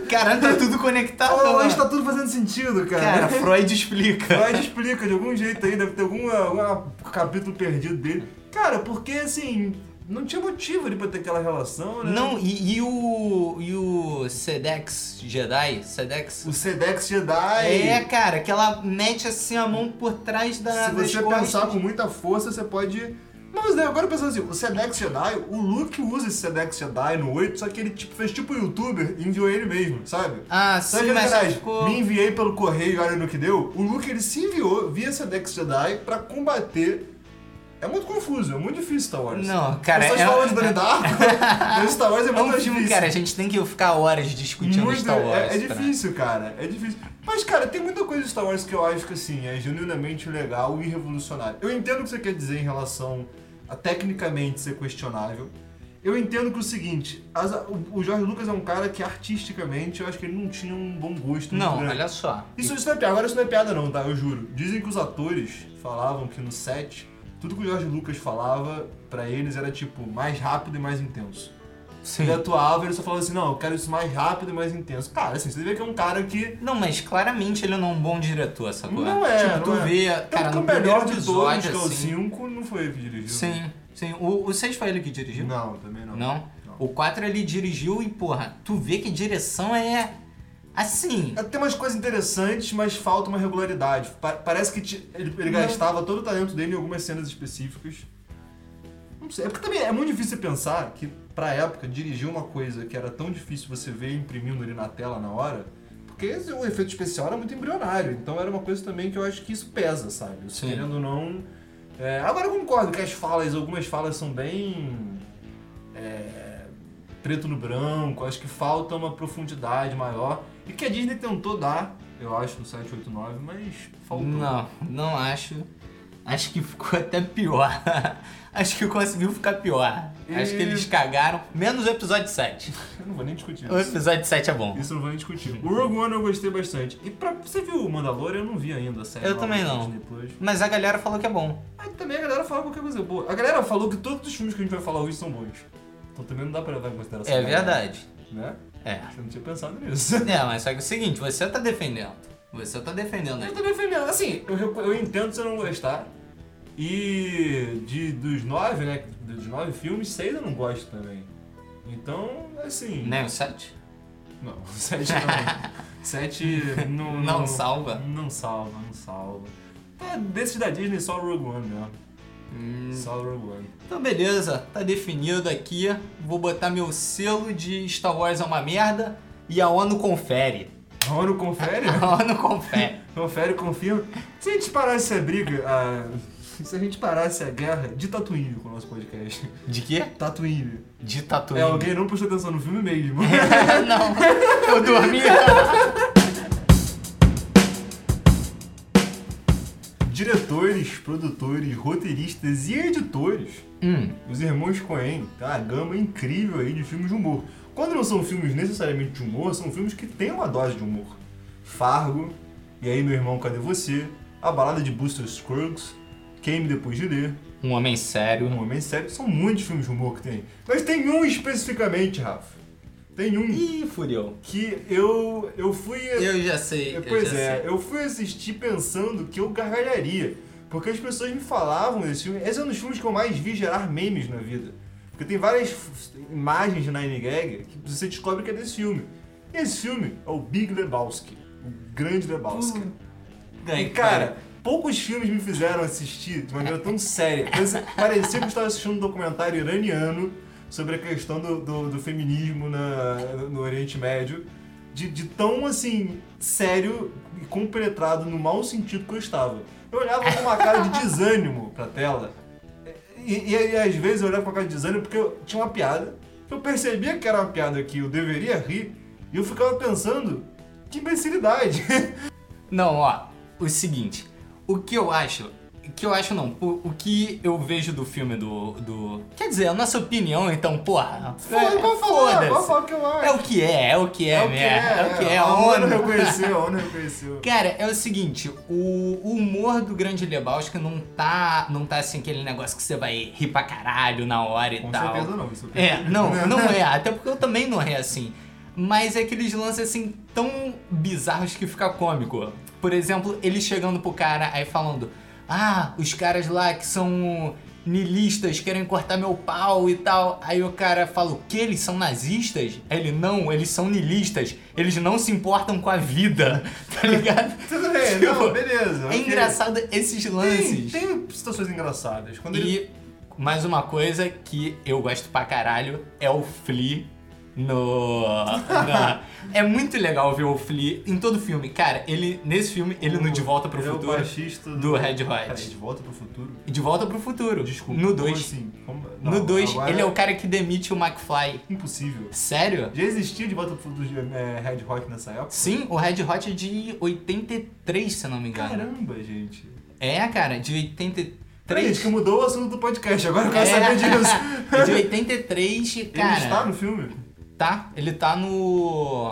B: Caralho, tá tudo conectado.
A: [laughs] Hoje
B: mano.
A: tá tudo fazendo sentido,
B: Cara, Freud explica.
A: Freud né? explica de algum jeito aí, deve ter algum, algum capítulo perdido dele. Cara, porque assim, não tinha motivo ali pra ter aquela relação, né?
B: Não, e, e o. E o Sedex Jedi? Sedex.
A: O Sedex Jedi.
B: É, cara, que ela mete assim a mão por trás da.
A: Se
B: das
A: você
B: costas.
A: pensar com muita força, você pode. Mas né, agora pensando assim, o Sedex Jedi, o Luke usa esse Sedex Jedi no 8, só que ele tipo, fez tipo youtuber e enviou ele mesmo, sabe?
B: Ah,
A: Sabe
B: sim,
A: aquele
B: mas
A: caralho?
B: ficou.
A: Me enviei pelo correio e olha no que deu. O Luke ele se enviou via Sedex Jedi pra combater. É muito confuso, é muito difícil Star Wars.
B: Não, cara,
A: Só
B: é-
A: Star Wars Donnie
B: [laughs]
A: Darko, mas Star Wars é
B: É
A: muito
B: um filme,
A: difícil.
B: cara, a gente tem que ficar horas discutindo
A: Muito-
B: Star Wars. né?
A: é, é
B: pra-
A: difícil, cara, é difícil. Mas, cara, tem muita coisa de Star Wars que eu acho que, assim, é genuinamente legal e revolucionário. Eu entendo o que você quer dizer em relação a tecnicamente ser questionável. Eu entendo que é o seguinte, as- o, o Jorge Lucas é um cara que, artisticamente, eu acho que ele não tinha um bom gosto. muito
B: Não,
A: grande.
B: olha só.
A: Isso, isso não é piada, agora isso não é piada não, tá? Eu juro. Dizem que os atores falavam que no set, tudo que o Jorge Lucas falava pra eles era tipo mais rápido e mais intenso.
B: Sim.
A: Ele atuava e ele só falava assim, não, eu quero isso mais rápido e mais intenso. Cara, assim, você vê que é um cara que.
B: Não, mas claramente ele não é um bom diretor, sacou?
A: Não é,
B: Tipo, tu
A: não é.
B: vê, cara,
A: Tanto que
B: no
A: o melhor
B: primeiro
A: de todos, que
B: episódio,
A: é o
B: assim...
A: 5, não foi ele que dirigiu.
B: Sim, sim. O, o 6 foi ele que dirigiu?
A: Não, também não.
B: Não?
A: Não.
B: O 4 ele dirigiu e, porra, tu vê que direção é... Assim...
A: É, Tem umas coisas interessantes, mas falta uma regularidade. Pa- parece que ti- ele, ele
B: Não.
A: gastava todo o talento dele em algumas cenas específicas. Não sei. É porque também é muito difícil você pensar que, pra época, dirigir uma coisa que era tão difícil você ver imprimindo ali na tela na hora. Porque esse- o efeito especial era muito embrionário. Então era uma coisa também que eu acho que isso pesa, sabe?
B: Sim.
A: Querendo ou não. é, agora eu concordo que as falas, algumas falas são bem. é, preto no branco. Acho que falta uma profundidade maior. E que a Disney tentou dar, eu acho, no 789, mas faltou.
B: Não, não acho. Acho que ficou até pior. [laughs] acho que conseguiu ficar pior. Acho que
A: E-
B: eles cagaram. Menos o episódio 7.
A: Eu não vou nem discutir
B: O
A: isso.
B: episódio 7 é bom.
A: Isso eu não vou nem discutir. O Rogue One eu gostei bastante. E pra, você viu o Mandalorian? Eu não vi ainda a série.
B: Eu
A: nova
B: também
A: do
B: não.
A: Disney Plus.
B: Mas a galera falou que é bom.
A: Mas também a galera fala qualquer coisa boa. A galera falou que todos os filmes que a gente vai falar hoje são bons. Então também não dá pra levar em consideração.
B: É
A: né?
B: verdade.
A: Né?
B: É.
A: Você não tinha pensado nisso. [laughs]
B: É, mas só que é o seguinte, você tá defendendo. Você tá defendendo.
A: Eu
B: aí.
A: também fui mesmo. Assim, eu, recu- eu entendo você não gostar. E de, dos nove, né? Dos nove filmes, seis eu não gosto também. Então, assim.
B: Né, o 7?
A: Não, [laughs] sete
B: [laughs]
A: não. sete não,
B: Não salva?
A: Não salva, não salva. Tá, desses da Disney, só o Rogue One mesmo.
B: Hum.
A: Só o Rogue One.
B: Então beleza, tá definido aqui. Vou botar meu selo de Star Wars é uma merda e a ONU confere. [laughs]
A: A ONU confere? [laughs]
B: A ONU confere.
A: confere, confirma. Se a gente parasse a briga, a- se a gente parasse a guerra de Tatooine com o nosso podcast.
B: De quê?
A: Tatooine.
B: De tatuagem.
A: É, alguém não prestou atenção no filme mesmo.
B: [laughs] não, eu dormi.
A: Diretores, produtores, roteiristas e editores
B: Hum,
A: Os irmãos Coen tem uma gama incrível aí de filmes de humor. Quando não são filmes necessariamente de humor, são filmes que têm uma dose de humor. Fargo, E aí Meu Irmão Cadê Você, A Balada de Buster Scruggs, Queime Depois de Ler,
B: um homem sério.
A: Um Homem Sério, são muitos filmes de humor que tem. Mas tem um especificamente, Rafa. Tem um
B: Ih, furiou.
A: que eu, eu fui...
B: Eu já sei. eu
A: Pois
B: já
A: é,
B: sei.
A: eu fui assistir pensando que eu gargalharia. Porque as pessoas me falavam desse filme. Esse é um dos filmes que eu mais vi gerar memes na vida. Porque tem várias f- imagens de Nine Gag que você descobre que é desse filme. E esse filme é o Big Lebowski. O grande Lebowski.
B: Daí,
A: E, cara, poucos filmes me fizeram assistir de maneira tão séria. Parece- Parecia que eu estava assistindo um documentário iraniano sobre a questão do, do- do feminismo na- no Oriente Médio. De, de tão, assim, sério e compenetrado no mau sentido que eu estava. Eu olhava com uma cara de desânimo pra tela. E, e, e às vezes eu olhava com a cara de desânimo porque eu tinha uma piada. Eu percebia que era uma piada que eu deveria rir. E eu ficava pensando, que imbecilidade. [laughs]
B: Não, ó, o seguinte, o que eu acho, o que eu acho não, o, o que eu vejo do filme do, do... Quer dizer, a nossa opinião, então, porra,
A: É, Foda-se, pode falar, pode falar o que eu acho.
B: É o que é, é o que é, né? É, o que é, a
A: ONU
B: ONU.
A: reconheceu, a ONU reconheceu.
B: [laughs] Cara, é o seguinte, o o humor do Grande Lebowski não tá, não tá assim aquele negócio que você vai rir pra caralho na hora e
A: Com
B: tal.
A: certeza não, isso eu
B: É,
A: percebi.
B: não, não é. Até porque eu também não é assim. Mas é aqueles lances assim tão bizarros que fica cômico. Por exemplo, ele chegando pro cara aí falando: Ah, os caras lá que são nilistas querem cortar meu pau e tal. Aí o cara fala: O que? Eles são nazistas? Aí Ele não, eles são nilistas. Eles não se importam com a vida, [laughs] tá ligado?
A: [laughs] Tudo bem,
B: Tipo,
A: não, beleza.
B: É
A: ok.
B: engraçado esses
A: Tem,
B: lances.
A: tem situações engraçadas. Quando ele...
B: E mais uma coisa que eu gosto pra caralho é o Flea no. [laughs] na- é muito legal ver o Flea em todo filme. Cara, ele nesse filme, ele no De Volta pro
A: Ele é o
B: Futuro.
A: baixista do...
B: do Red Hot.
A: Pera, De Volta pro Futuro?
B: de Volta pro Futuro.
A: Desculpa.
B: No
A: como
B: 2.
A: assim? Como-
B: No
A: não,
B: 2,
A: agora
B: ele é o cara que demite o McFly.
A: Impossível.
B: Sério?
A: Já existia De Volta pro Futuro de, é, Red Hot nessa época?
B: Sim, o Red Hot é de 83, se eu não me engano.
A: Caramba, gente.
B: É, cara, de 83.
A: Peraí, acho que mudou o assunto do podcast, agora eu quero
B: É.
A: saber disso.
B: [laughs] de 83, cara.
A: [laughs] Ele está no filme?
B: Tá, ele tá no.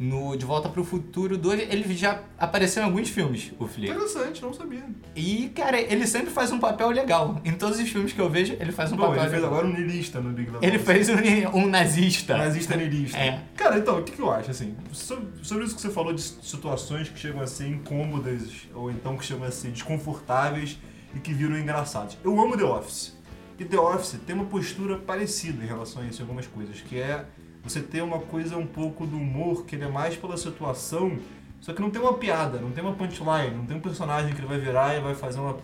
B: No De Volta pro Futuro 2. Ele já apareceu em alguns filmes, o Flea.
A: Interessante, não sabia.
B: E, cara, ele sempre faz um papel legal. Em todos os filmes que eu vejo, ele faz um
A: Bom,
B: papel
A: ele fez
B: legal.
A: agora um niilista no Big Lebowski.
B: Ele fez um, um nazista.
A: Nazista niilista.
B: É.
A: Cara, então, o que, que eu acho, assim? so- Sobre isso que você falou de situações que chegam a ser incômodas, ou então que chegam a ser desconfortáveis e que viram engraçados. Eu amo The Office. E The Office tem uma postura parecida em relação a isso, em algumas coisas, que é você ter uma coisa um pouco do humor, que ele é mais pela situação, só que não tem uma piada, não tem uma punchline, não tem um personagem que ele vai virar e vai fazer uma,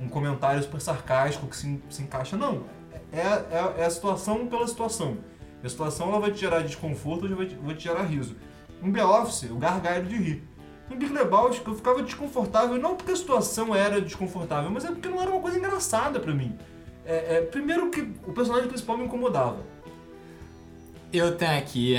A: um- um comentário super sarcástico que se, en- se encaixa. Não. É, é, é a situação pela situação. A situação ela vai te gerar desconforto ou vai te, vai te gerar riso. Em The Office, o gargalho de rir. Em Big Lebowski, eu ficava desconfortável, não porque a situação era desconfortável, mas é porque não era uma coisa engraçada pra mim. É- é, primeiro que o personagem principal me incomodava.
B: Eu tenho aqui,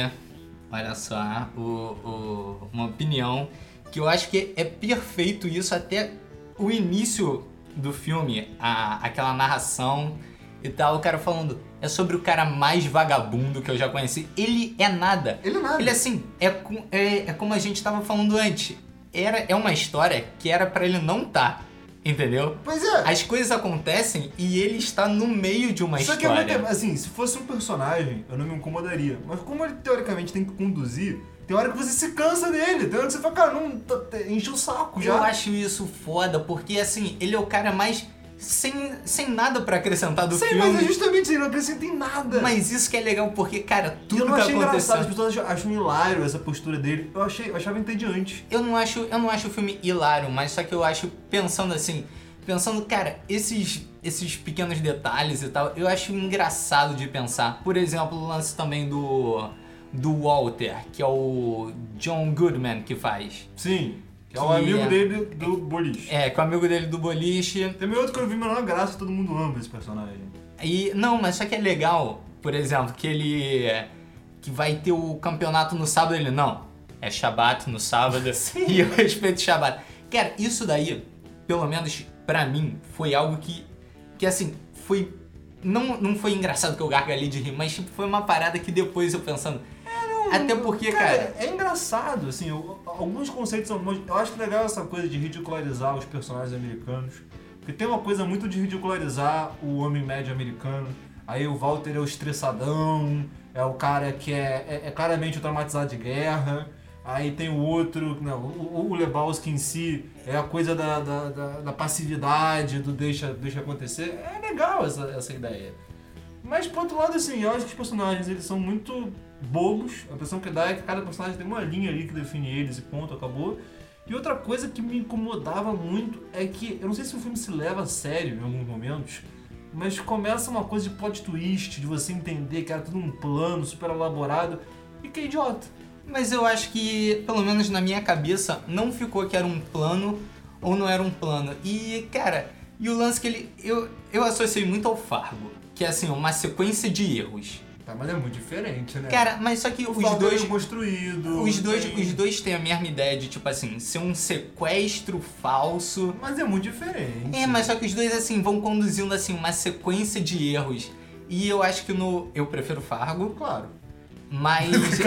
B: olha só, o- o- uma opinião que eu acho que é perfeito isso até o início do filme, a- aquela narração e tal, o cara falando, é sobre o cara mais vagabundo que eu já conheci. Ele é nada.
A: Ele é nada.
B: Ele assim, é, co- é- é como a gente tava falando antes. Era, é uma história que era pra ele não estar, entendeu?
A: Pois é.
B: As coisas acontecem e ele está no meio de uma
A: Só que é
B: história.
A: muito, assim, se fosse um personagem, eu não me incomodaria. Mas como ele teoricamente tem que conduzir, tem hora que você se cansa dele, tem hora que você fala, cara, não, tá- tá- enche o saco
B: Eu
A: já.
B: acho isso foda, porque assim, ele é o cara mais sem, sem nada pra acrescentar do
A: Sei,
B: filme.
A: mas é justamente isso, ele não acrescenta em nada.
B: Mas isso que é legal, porque, cara,
A: E
B: tudo
A: eu não
B: tá
A: achei engraçado, as
B: acontecendo.
A: pessoas acham, acham hilário essa postura dele. Eu, achei, eu achava entediante.
B: Eu não acho, eu não acho o filme hilário, mas só que eu acho pensando assim, pensando, cara, esses esses pequenos detalhes e tal, eu acho engraçado de pensar. Por exemplo, o lance também do do Walter, que é o John Goodman que faz.
A: Sim. Que é
B: Que
A: o amigo
B: é-
A: dele do boliche.
B: É, com o amigo dele do boliche.
A: Também outro que eu vi menor graça, todo mundo ama esse personagem.
B: E não, mas só que é legal, por exemplo, que ele que vai ter o campeonato no sábado, ele não. É Shabat no sábado e eu respeito o Shabat. Cara, isso daí, pelo menos pra mim, foi algo que que assim, foi não, não foi engraçado que eu gargalhei de rir, mas tipo, foi uma parada que depois eu pensando. Até porque, cara,
A: é engraçado, assim, eu- alguns conceitos são bons. Eu acho é legal essa coisa de ridicularizar os personagens americanos. Porque tem uma coisa muito de ridicularizar o homem médio americano. Aí o Walter é o estressadão, é o cara que é, é, é claramente o traumatizado de guerra. Aí tem o outro, não, o, o Lebowski em si é a coisa da, da, da- da passividade, do deixa, deixa acontecer. É legal essa, essa ideia. Mas por outro lado, assim, eu acho que os personagens eles são muito bobos. A impressão que dá é que cada personagem tem uma linha ali que define eles e ponto, acabou. E outra coisa que me incomodava muito é que, eu não sei se o filme se leva a sério em alguns momentos, mas começa uma coisa de plot twist, de você entender que era tudo um plano super elaborado e que é idiota.
B: Mas eu acho que, pelo menos na minha cabeça, não ficou que era um plano ou não era um plano. E, cara, e o lance que ele. Eu, eu associei muito ao Fargo, que é assim, uma sequência de erros.
A: Tá, mas é muito diferente, né?
B: Cara, mas só que
A: O
B: os
A: Falcão
B: dois.
A: é construído.
B: Os dois,
A: tem-
B: os dois têm a mesma ideia de, tipo assim, ser um sequestro falso.
A: Mas é muito diferente.
B: É, mas só que os dois, assim, vão conduzindo, assim, uma sequência de erros. E eu acho que no. Eu prefiro Fargo, [laughs]
A: Claro.
B: mas.
A: [laughs]
B: [laughs] É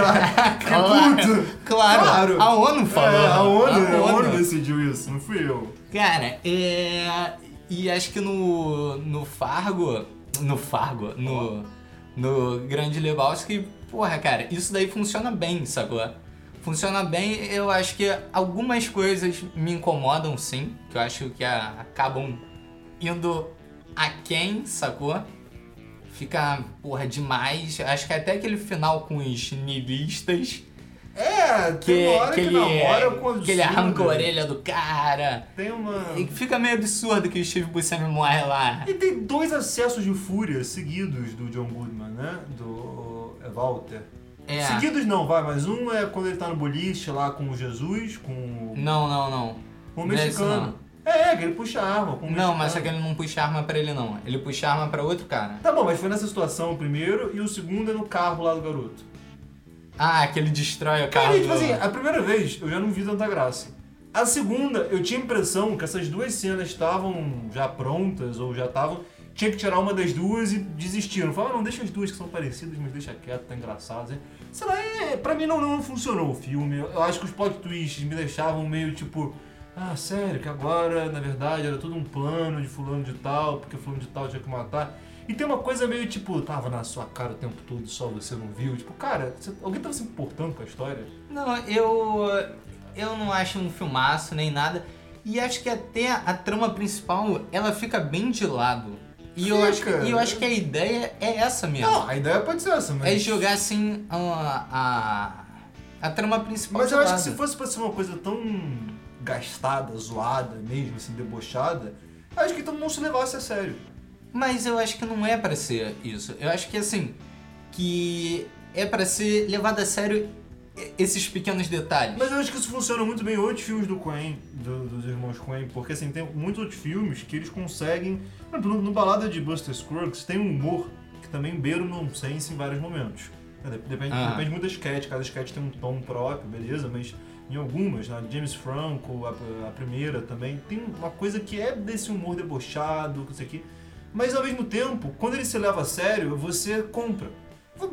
A: Claro. É Puto.
B: Claro,
A: Claro.
B: a ONU [laughs] falou.
A: É, a ONU,
B: A
A: a ONU
B: ONU.
A: decidiu isso, não fui eu.
B: Cara, é. E acho que no. No Fargo. No Fargo. No. No Grande Lebowski. Porra, cara, isso daí funciona bem, sacou? Funciona bem, eu acho que algumas coisas me incomodam sim, que eu acho que a- acabam indo aquém, sacou? Fica, porra, demais. Acho que até aquele final com os nihilistas.
A: É,
B: Que,
A: tem uma hora que,
B: que, ele,
A: namora com o
B: que ele arranca a orelha do cara.
A: Tem uma.
B: E fica meio absurdo que o Steve Buscemi morre lá.
A: E tem dois acessos de fúria seguidos do John Goodman, né? Do é Walter.
B: É.
A: Seguidos não, vai, mas um é quando ele tá no boliche lá com o Jesus, com o,
B: Não, não, não.
A: com o
B: Não é isso,
A: mexicano. É, é, que ele puxa a arma com o
B: Não,
A: mexicano.
B: mas é só que ele não puxa arma pra ele, não. Ele puxa arma pra outro cara.
A: Tá bom, mas foi nessa situação o primeiro e o segundo é no carro lá do garoto.
B: Ah, que ele destrói o carro.
A: Cara, tipo
B: do-
A: assim, a primeira vez eu já não vi tanta graça. A segunda, eu tinha a impressão que essas duas cenas estavam já prontas ou já estavam. Tinha que tirar uma das duas e desistiram. Falaram, não, deixa as duas que são parecidas, mas deixa quieto, tá engraçado. né? Sei lá, é, pra mim não, não funcionou o filme. Eu acho que os plot twists me deixavam meio tipo. Ah, sério, que agora, na verdade, era todo um plano de fulano de tal, porque fulano de tal tinha que matar. E tem uma coisa meio tipo, tava na sua cara o tempo todo, só você não viu. Tipo, cara, você- alguém tava se importando com a história?
B: Não, eu. Eu não acho um filmaço nem nada. E acho que até a trama principal ela fica bem de lado. E eu, acho,
A: Fica.
B: e eu acho que a ideia é essa mesmo.
A: Não, a ideia pode ser essa, mas.
B: É jogar assim a. a, a trama principal.
A: Mas
B: de
A: eu acho que
B: lado.
A: se fosse pra ser uma coisa tão gastada, zoada mesmo, assim, debochada, acho que todo mundo se levasse a sério.
B: Mas eu acho que não é pra ser isso. Eu acho que assim, que é pra ser levado a sério e- esses pequenos detalhes.
A: Mas eu acho que isso funciona muito bem em outros filmes do Coen, do- dos irmãos Coen, porque assim, tem muitos outros filmes que eles conseguem. Por exemplo, no, no Balada de Buster Scruggs tem um humor que também beira o nonsense em vários momentos. É, dep- Depende,
B: Ah.
A: depende muito da sketch, cada sketch tem um tom próprio, beleza, mas em algumas, na James Franco, a, a primeira também, tem uma coisa que é desse humor debochado, que isso aqui. Mas ao mesmo tempo, quando ele se leva a sério, você compra.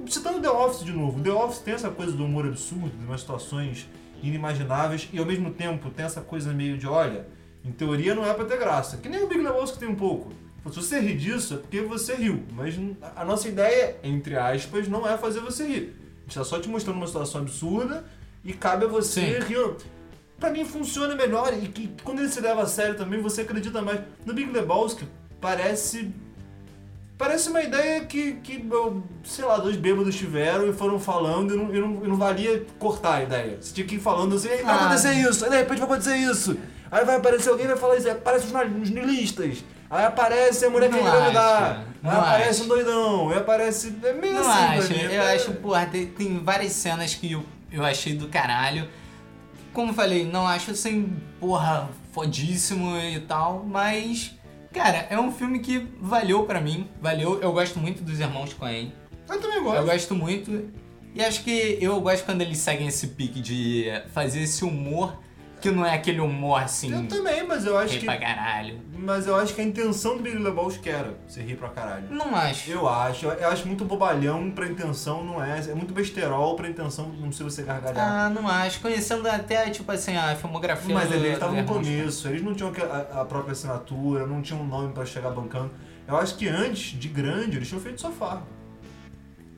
A: Citando tá The Office de novo, The Office tem essa coisa do humor absurdo, de umas situações inimagináveis, e ao mesmo tempo tem essa coisa meio de, olha, em teoria não é pra ter graça. Que nem o Big Lebowski tem um pouco. Se você rir disso, é porque você riu. Mas a nossa ideia, entre aspas, não é fazer você rir. A gente tá só te mostrando uma situação absurda e cabe a você rir. Pra mim funciona melhor e que quando ele se leva a sério também, você acredita mais. No Big Lebowski, parece Parece uma ideia que, que eu- sei lá, dois bêbados tiveram e foram falando e não, e não, e não valia cortar a ideia. Você tinha que ir falando assim, "Ei, vai
B: Ah.
A: acontecer isso, aí de repente vai acontecer isso. Aí vai aparecer alguém e vai falar isso, aí aparece os na- os nilistas, aí aparece a mulher que
B: Não
A: ele vai
B: acho,
A: mudar,
B: não
A: aí aparece
B: acho.
A: um doidão, aí aparece... É meio
B: Não
A: assim, pra
B: acho,
A: mim,
B: eu
A: é-
B: acho, porra, tem, tem várias cenas que eu, eu achei do caralho. Como falei, não acho assim, porra, fodíssimo e tal, mas. Cara, é um filme que valeu pra mim, valeu. Eu gosto muito dos irmãos Coen,
A: Eu também gosto.
B: eu gosto muito. E acho que eu gosto quando eles seguem esse pique de fazer esse humor que não é aquele humor assim,
A: Eu também, mas eu acho
B: rei
A: que...
B: pra caralho.
A: Mas eu acho que a intenção do Big Lebowski era você rir pra caralho.
B: Não acho.
A: Eu acho, eu acho muito bobalhão pra intenção, não é? É muito besterol pra intenção, não sei você gargalhar.
B: Ah, não acho. Conhecendo até, tipo assim, a filmografia.
A: Mas
B: do-
A: eles
B: do
A: estavam no
B: Irmãos Coen.
A: começo, eles não tinham que- a, a própria assinatura, não tinham um nome pra chegar bancando. Eu acho que antes, de grande, eles tinham feito só Fargo.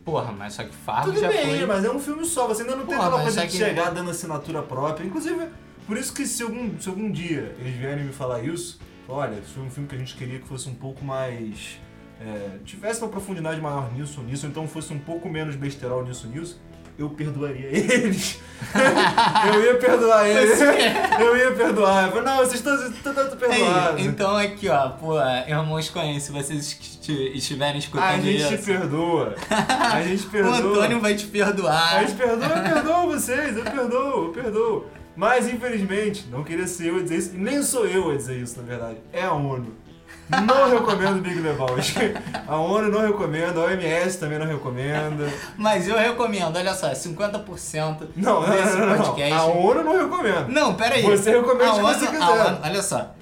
B: Porra, mas só que Fargo
A: Tudo
B: já
A: bem,
B: foi.
A: mas é um filme só, você ainda não tem
B: Porra,
A: aquela
B: mas
A: coisa
B: é
A: de
B: que-
A: chegar dando assinatura própria. Inclusive, por isso que se algum, se algum dia eles vierem me falar isso, olha, isso foi um filme que a gente queria que fosse um pouco mais. é, tivesse uma profundidade maior nisso, nisso, então fosse um pouco menos besterol nisso, nisso, eu perdoaria [laughs] eles. eu ia perdoar eles. eu ia perdoar. Eu falei, não, vocês estão vocês estão tanto
B: Ei,
A: perdoados.
B: então aqui, ó, pô, irmãos Coen, se vocês esti- estiverem escutando
A: a gente te
B: isso, [laughs]
A: perdoa. A gente
B: o
A: perdoa.
B: Antônio vai te perdoar.
A: Aí eles perdoam, eu perdoo vocês, eu perdoo, eu perdoo. Mas infelizmente, não queria ser eu a dizer isso, e nem sou eu a dizer isso, na verdade. É a ONU. Não recomendo o Big Lebowski. A ONU não recomenda, a OMS também não recomenda.
B: Mas eu recomendo, olha só, 50%
A: Não, não,
B: desse
A: não, não, não.
B: podcast.
A: A ONU não recomenda.
B: Não, peraí.
A: Você recomenda
B: a
A: o que
B: ONU-
A: você
B: a
A: quiser.
B: ONU- olha só,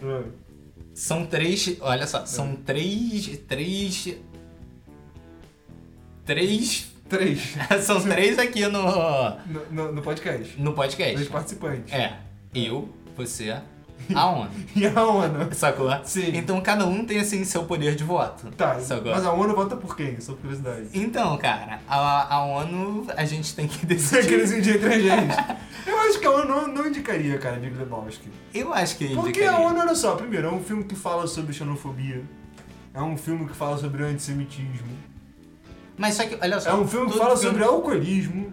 B: são três. Olha só, são três. Três. Três. [laughs]
A: Três.
B: São três aqui no,
A: No, no- no podcast. Três
B: no podcast.
A: participantes.
B: É, eu, você,
A: [laughs]
B: a ONU.
A: E a ONU?
B: Sacou?
A: Sim.
B: Então cada um tem assim seu poder de voto.
A: Tá,
B: Sacou?
A: mas a ONU vota por quem? Só por curiosidade.
B: Então, cara, a, a ONU a gente tem que [laughs]
A: Você quer
B: decidir.
A: decidir entre a gente. Eu acho que a ONU não, não indicaria, cara, Big Lebowski.
B: Eu acho que
A: Porque
B: indicaria.
A: a ONU, olha só, primeiro, é um filme que fala sobre xenofobia. É um filme que fala sobre antissemitismo.
B: Mas só que, olha só.
A: É um filme que
B: todo
A: fala sobre alcoolismo.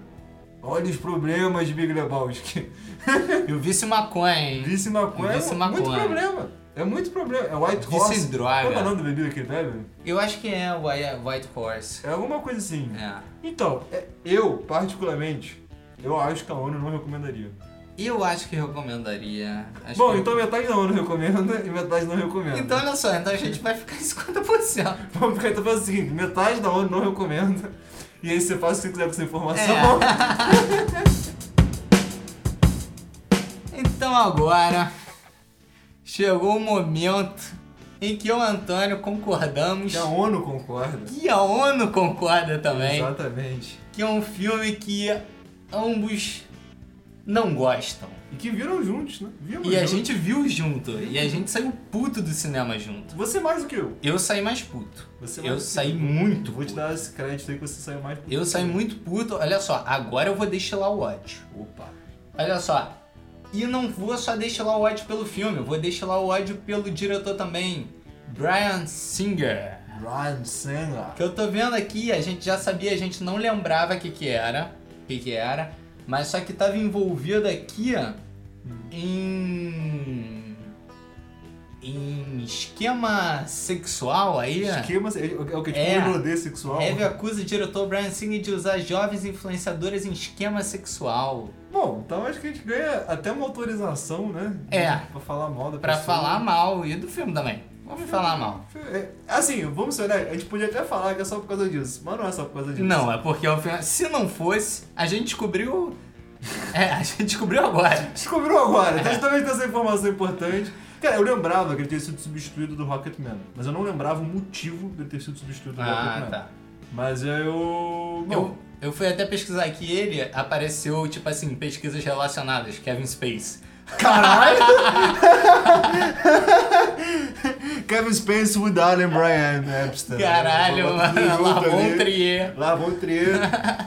A: Olha os problemas de Big
B: [laughs]
A: Lebowski.
B: Eu vício em maconha, hein?
A: Vice maconha
B: Vice
A: é muito
B: maconha.
A: problema. É muito problema. É White
B: Vice
A: Horse.
B: em droga.
A: Qual é o nome da bebida que ele bebe?
B: Eu acho que é o White- White Horse.
A: É alguma coisa assim.
B: É.
A: Então, é- eu, particularmente, eu acho que a ONU não recomendaria.
B: Eu acho que recomendaria. Acho
A: Bom,
B: que-
A: então metade da ONU recomenda e metade não recomenda.
B: Então, olha só, então a gente vai ficar [laughs] em 50%.
A: Vamos ficar então faz o seguinte, metade da ONU não recomenda. E aí você faz o que você quiser com
B: É.
A: essa informação.
B: [laughs] Então agora chegou o momento em que eu e o Antônio concordamos
A: Que a ONU concorda.
B: que a ONU concorda também,
A: Exatamente.
B: que é um filme que ambos não gostam.
A: E que viram juntos, né? Vimos
B: E a
A: juntos.
B: gente viu junto, e a gente saiu puto do cinema junto.
A: Você mais do que eu.
B: Eu saí mais puto.
A: Você mais
B: Eu
A: do que
B: saí
A: eu.
B: muito
A: Vou te
B: puto.
A: dar esse crédito aí que você saiu mais.
B: Eu saí muito puto. Olha só, agora eu vou destilar o ódio.
A: Opa.
B: Olha só. E não vou só destilar o ódio pelo filme, eu vou destilar o ódio pelo diretor também, Brian Singer.
A: Brian Singer.
B: Que eu tô vendo aqui, a gente já sabia, a gente não lembrava o que que era, o que que era, mas só que tava envolvido aqui ó, em em esquema sexual aí.
A: Esquemas, é, é o que é tipo
B: É.
A: um enodê sexual.
B: Heve acusa o diretor Brian Singer de usar jovens influenciadoras em esquema sexual.
A: Bom, então acho que a gente ganha até uma autorização, né?
B: É.
A: Pra falar mal da
B: Pra
A: pessoa.
B: falar mal. E do filme também. Vamos falar mal.
A: É, Assim, vamos ser honestos, a gente podia até falar que é só por causa disso, mas não é só por causa disso.
B: Não, é porque ao final- se não fosse, a gente descobriu. [laughs] É, a gente descobriu agora.
A: Descobriu agora, então também tem essa informação importante. Cara, eu lembrava que ele teria sido substituído do Rocketman, mas eu não lembrava o motivo dele ter sido substituído do
B: Ah,
A: Rocketman.
B: tá.
A: Mas eu. Bom,
B: Eu, eu fui até pesquisar que ele apareceu, tipo assim, pesquisas relacionadas, Kevin Space.
A: Caralho! [laughs] Kevin Spacey with Alan Brian Epstein. né?
B: Caralho,
A: Tudo
B: mano. um
A: junto
B: Lavon
A: ali.
B: Trier.
A: Lavon Trier.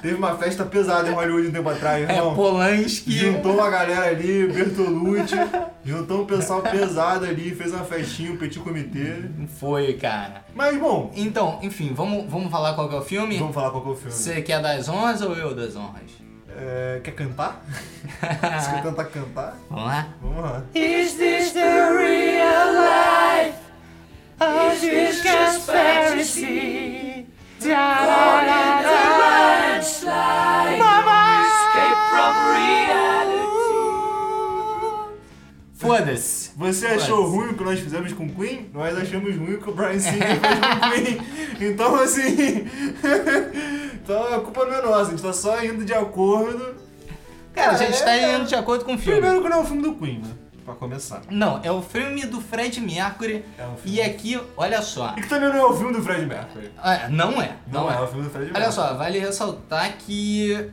A: Teve uma festa pesada em Hollywood um tempo atrás,
B: É,
A: irmão.
B: Polanski.
A: Juntou uma galera ali, Bertolucci, juntou um pessoal pesado ali, fez uma festinha, um petit comitê.
B: Não foi, cara.
A: Mas, bom,
B: Então, enfim, vamos, vamos falar qual que é o filme?
A: vamos falar qual que é o filme.
B: Você quer das honras ou eu das honras?
A: É, quer
B: [laughs]
A: cantar? Você quer tentar cantar?
B: Vamos lá?
A: Vamos lá.
B: Is this the real life? Is this conspiracy? Foda-se.
A: Você achou ruim o que nós fizemos com o Queen? Nós achamos ruim o que o Brian Singer
B: [laughs]
A: fez com o Queen. Então, assim. [laughs] então a culpa não é nossa, a gente tá só indo de acordo.
B: Cara, a gente tá
A: é-
B: indo de acordo com o filme.
A: Primeiro que não é um filme do Queen, né? Pra começar.
B: Não, é o filme do Fred Mercury.
A: É um filme.
B: E aqui, olha só.
A: E que também não é o filme do Fred Mercury.
B: Ah, Não é.
A: Não, é. o filme do Fred Mercury.
B: Olha só, vale ressaltar que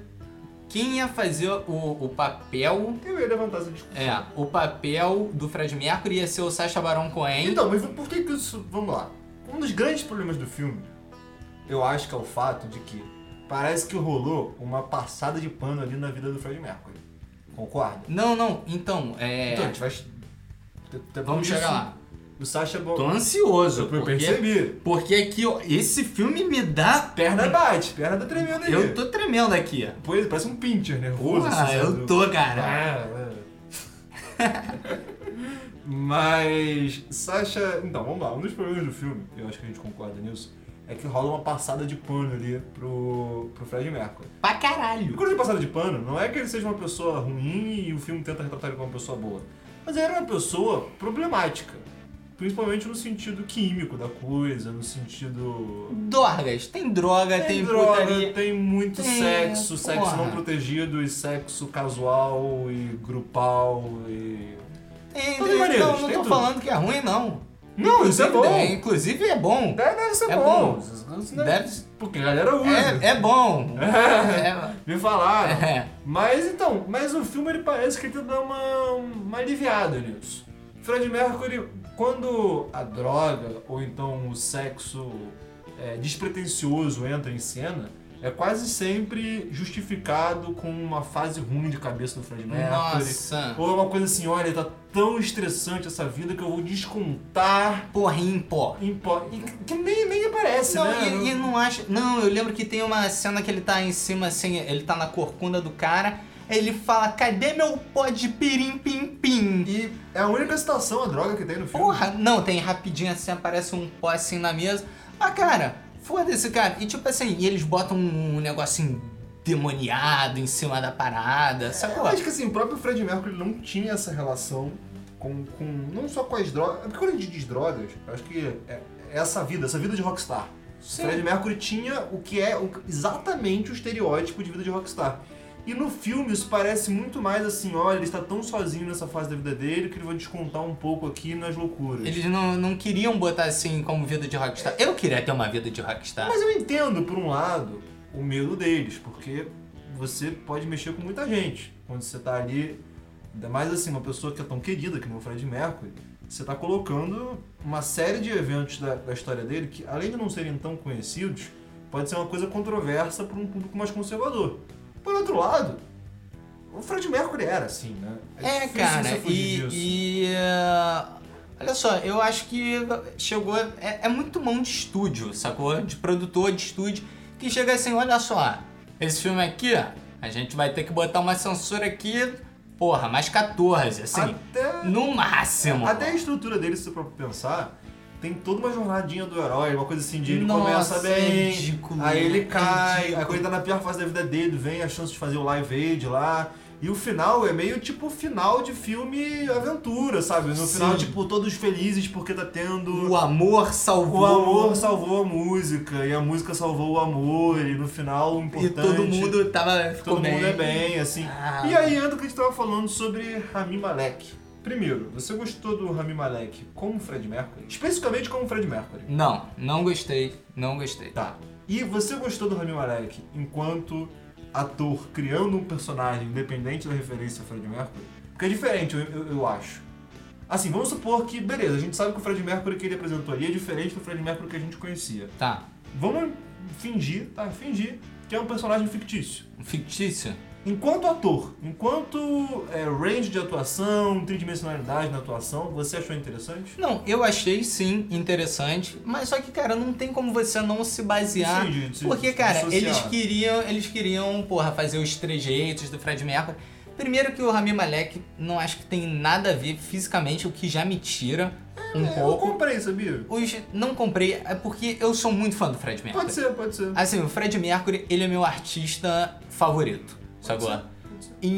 B: quem ia fazer o, o papel.
A: Eu ia levantar essa discussão.
B: É, o papel do Fred Mercury ia ser o Sacha Baron Cohen.
A: Então, mas por que que isso... Vamos lá. Um dos grandes problemas do filme, eu acho que é o fato de que parece que rolou uma passada de pano ali na vida do Fred Mercury. Concorda?
B: Não, não, então, é.
A: Então, a gente vai... até
B: vamos
A: isso-
B: chegar lá.
A: O Sacha
B: Tô
A: Baron...
B: ansioso.
A: Eu
B: Porque,
A: percebi.
B: porque aqui, ó, esse filme me dá.
A: Perna bate, perna tá tremendo ali.
B: Eu tô tremendo aqui. ó.
A: Pois, parece um pincher nervoso.
B: Ah,
A: assim,
B: eu
A: sabe? Ah.
B: tô, cara.
A: [laughs] Mas Sasha. Então, vamos lá. Um dos problemas do filme, eu acho que a gente concorda nisso, é que rola uma passada de pano ali pro, pro Fred Mercury.
B: Pra
A: E
B: caralho.
A: quando ele passada de pano, não é que ele seja uma pessoa ruim e o filme tenta retratar ele como uma pessoa boa. Mas ele era uma pessoa problemática. Principalmente no sentido químico da coisa, no sentido.
B: Drogas, tem droga, tem,
A: Tem droga,
B: putaria.
A: tem muito
B: Tem,
A: sexo, sexo
B: porra.
A: não protegido e sexo casual e grupal e.
B: Tem,
A: Tudo
B: tem-
A: maneiro,
B: não, não
A: tem
B: tô
A: tudo.
B: falando que é ruim, não.
A: Não, isso é
B: Inclusive,
A: bom.
B: inclusive é bom.
A: Deve, deve ser
B: É
A: bom.
B: bom.
A: Isso não é-
B: Deve,
A: Porque a galera usa.
B: é, é bom. É,
A: Me falaram.
B: é.
A: Mas então, mas o filme ele parece que tenta dar uma, uma aliviada nisso. Fred Mercury, quando a droga ou então o sexo é, despretensioso entra em cena, é quase sempre justificado com uma fase ruim de cabeça do Fred Mercury.
B: Nossa.
A: Ou é uma coisa assim, olha, tá tão estressante essa vida que eu vou descontar
B: Porrinho em pó.
A: em pó. E que nem, nem aparece,
B: Não,
A: né?
B: e, e não acha. Não, eu lembro que tem uma cena que ele tá em cima, assim, ele tá na corcunda do cara. Ele fala, cadê meu pó de pirim pim pim?
A: E é a única citação a droga que tem no filme.
B: Porra, não, tem rapidinho assim, aparece um pó assim na mesa. Mas, cara, foda-se, cara. E tipo assim, e eles botam um negocinho demoniado em cima da parada,
A: Eu
B: sacou?
A: acho que assim, o próprio Fred Mercury não tinha essa relação com, com não só com as drogas. é Porque quando a gente diz drogas, eu acho que é, é essa vida, essa vida de rockstar.
B: Sim.
A: Fred Mercury tinha o que é o- exatamente o estereótipo de vida de rockstar. E no filme isso parece muito mais assim, olha, ele está tão sozinho nessa fase da vida dele que ele vai descontar um pouco aqui nas loucuras.
B: Eles não, não queriam botar assim como vida de rockstar. Eu queria ter uma vida de rockstar.
A: Mas eu entendo, por um lado, o medo deles, porque você pode mexer com muita gente. Quando você tá ali, ainda mais assim, uma pessoa que é tão querida, que nem o Fred Mercury, você tá colocando uma série de eventos da, da história dele que, além de não serem tão conhecidos, pode ser uma coisa controversa para um público mais conservador. Por outro lado, o Fred Mercury era assim, né?
B: É,
A: difícil
B: cara,
A: você fugir
B: e.
A: disso.
B: e, eh, olha só, eu acho que chegou. É, é muito mão de estúdio, sacou? De produtor de estúdio, que chega assim: olha só, esse filme aqui, ó, a gente vai ter que botar uma censura aqui. Porra, mais 14, assim.
A: Até-
B: No máximo.
A: Até a estrutura dele, se você for pensar, tem toda uma jornadinha do herói, uma coisa assim de ele
B: Nossa,
A: começa bem,
B: é ridículo,
A: aí
B: é
A: ele cai,
B: ridículo.
A: a coisa tá na pior fase da vida dele, vem a chance de fazer o live aid lá. E o final é meio tipo final de filme aventura, sabe? No
B: Sim.
A: final, tipo, todos felizes porque tá tendo.
B: O amor salvou.
A: O amor salvou a música, e a música salvou o amor, e no final o
B: E
A: importante.
B: todo mundo tava. Ficou
A: todo
B: bem.
A: mundo é bem, assim.
B: Ah.
A: E aí entra o que a gente tava falando sobre Rami Malek. Primeiro, você gostou do Rami Malek como Fred Mercury? Especificamente como Fred Mercury.
B: Não, não gostei. Não gostei.
A: Tá. E você gostou do Rami Malek enquanto ator criando um personagem independente da referência a Fred Mercury? Porque é diferente, eu, eu- eu acho. Assim, vamos supor que, beleza, a gente sabe que o Fred Mercury que ele apresentou ali é diferente do Fred Mercury que a gente conhecia.
B: Tá.
A: Vamos fingir, tá? Fingir que é um personagem fictício.
B: Um Fictício?
A: Enquanto ator, enquanto é, range de atuação, tridimensionalidade na atuação, você achou interessante?
B: Não, eu achei sim interessante, mas só que, cara, não tem como você não se basear.
A: Sim, de se
B: porque, cara,
A: dissociar.
B: eles queriam. Eles queriam, porra, fazer os trejeitos do Fred Mercury. Primeiro que o Rami Malek não acho que tem nada a ver fisicamente, o que já me tira um
A: É, Eu
B: pouco.
A: comprei, sabia?
B: Os não comprei é porque eu sou muito fã do Fred Mercury.
A: Pode ser, pode ser.
B: Assim, o Fred Mercury, ele é meu artista favorito, sacou?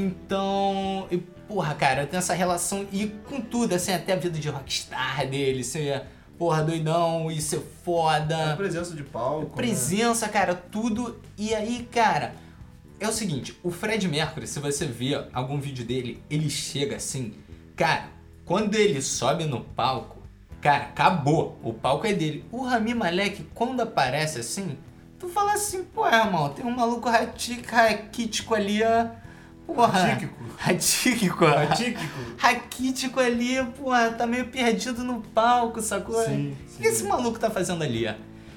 B: Então, e, porra, cara, tem essa relação e com tudo, assim, até a vida de rockstar dele, ser, porra, doidão e ser
A: A É,
B: foda.
A: presença de palco. né?
B: Presença, cara, tudo. E aí, cara, é o seguinte, o Fred Mercury, se você ver algum vídeo dele, ele chega assim, cara, quando ele sobe no palco, cara, acabou, o palco é dele. O Rami Malek, quando aparece assim, tu fala assim, pô, é, irmão, tem um maluco rati- raquítico ali, ó, porra.
A: Raquítico? [laughs]
B: Raquítico.
A: Atípico.
B: Raquítico ali, porra, tá meio perdido no palco, sacou?
A: Sim,
B: O que esse
A: sim.
B: maluco tá fazendo ali?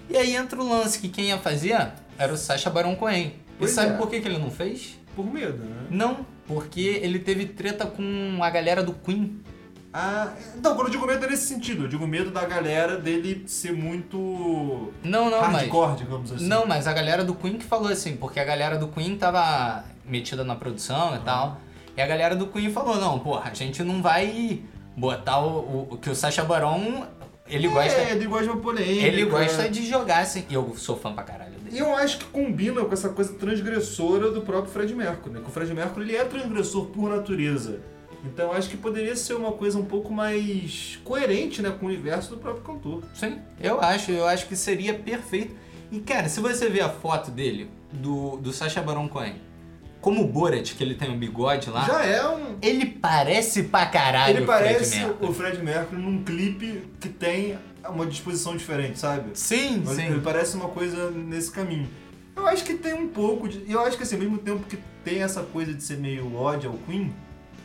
B: E aí entra o lance que quem ia fazer era o Sacha Baron Cohen.
A: Pois
B: e sabe
A: é.
B: por que, que ele não fez?
A: Por medo, né?
B: Não, porque ele teve treta com a galera do Queen.
A: Ah, então, quando eu digo medo é nesse sentido. Eu digo medo da galera dele ser muito
B: Não, não, mas.
A: hardcore, digamos assim.
B: Não, mas a galera do Queen que falou assim, porque a galera do Queen tava metida na produção e tal.
A: Ah.
B: E a galera do Queen falou, não, porra, a gente não vai botar o, o- o que o Sacha Baron, ele gosta.
A: É, ele gosta de uma polêmica.
B: Ele gosta de jogar, assim. E eu sou fã pra caralho dele.
A: E eu acho que combina com essa coisa transgressora do próprio Fred Mercury, né? Que o Fred Mercury ele é transgressor por natureza. Então eu acho que poderia ser uma coisa um pouco mais coerente, né, com o universo do próprio cantor.
B: Sim, eu acho, eu acho que seria perfeito. E cara, se você ver a foto dele, do, do Sacha Baron Cohen, como o Borat, que ele tem um bigode lá,
A: Já é um.
B: ele parece pra caralho.
A: ele
B: o Fred
A: parece
B: Mercury.
A: o Fred Mercury num clipe que tem uma disposição diferente, sabe?
B: Sim,
A: Mas
B: sim.
A: Ele parece uma coisa nesse caminho. Eu acho que tem um pouco de. Eu acho que assim, ao mesmo tempo que tem essa coisa de ser meio ódio ao Queen,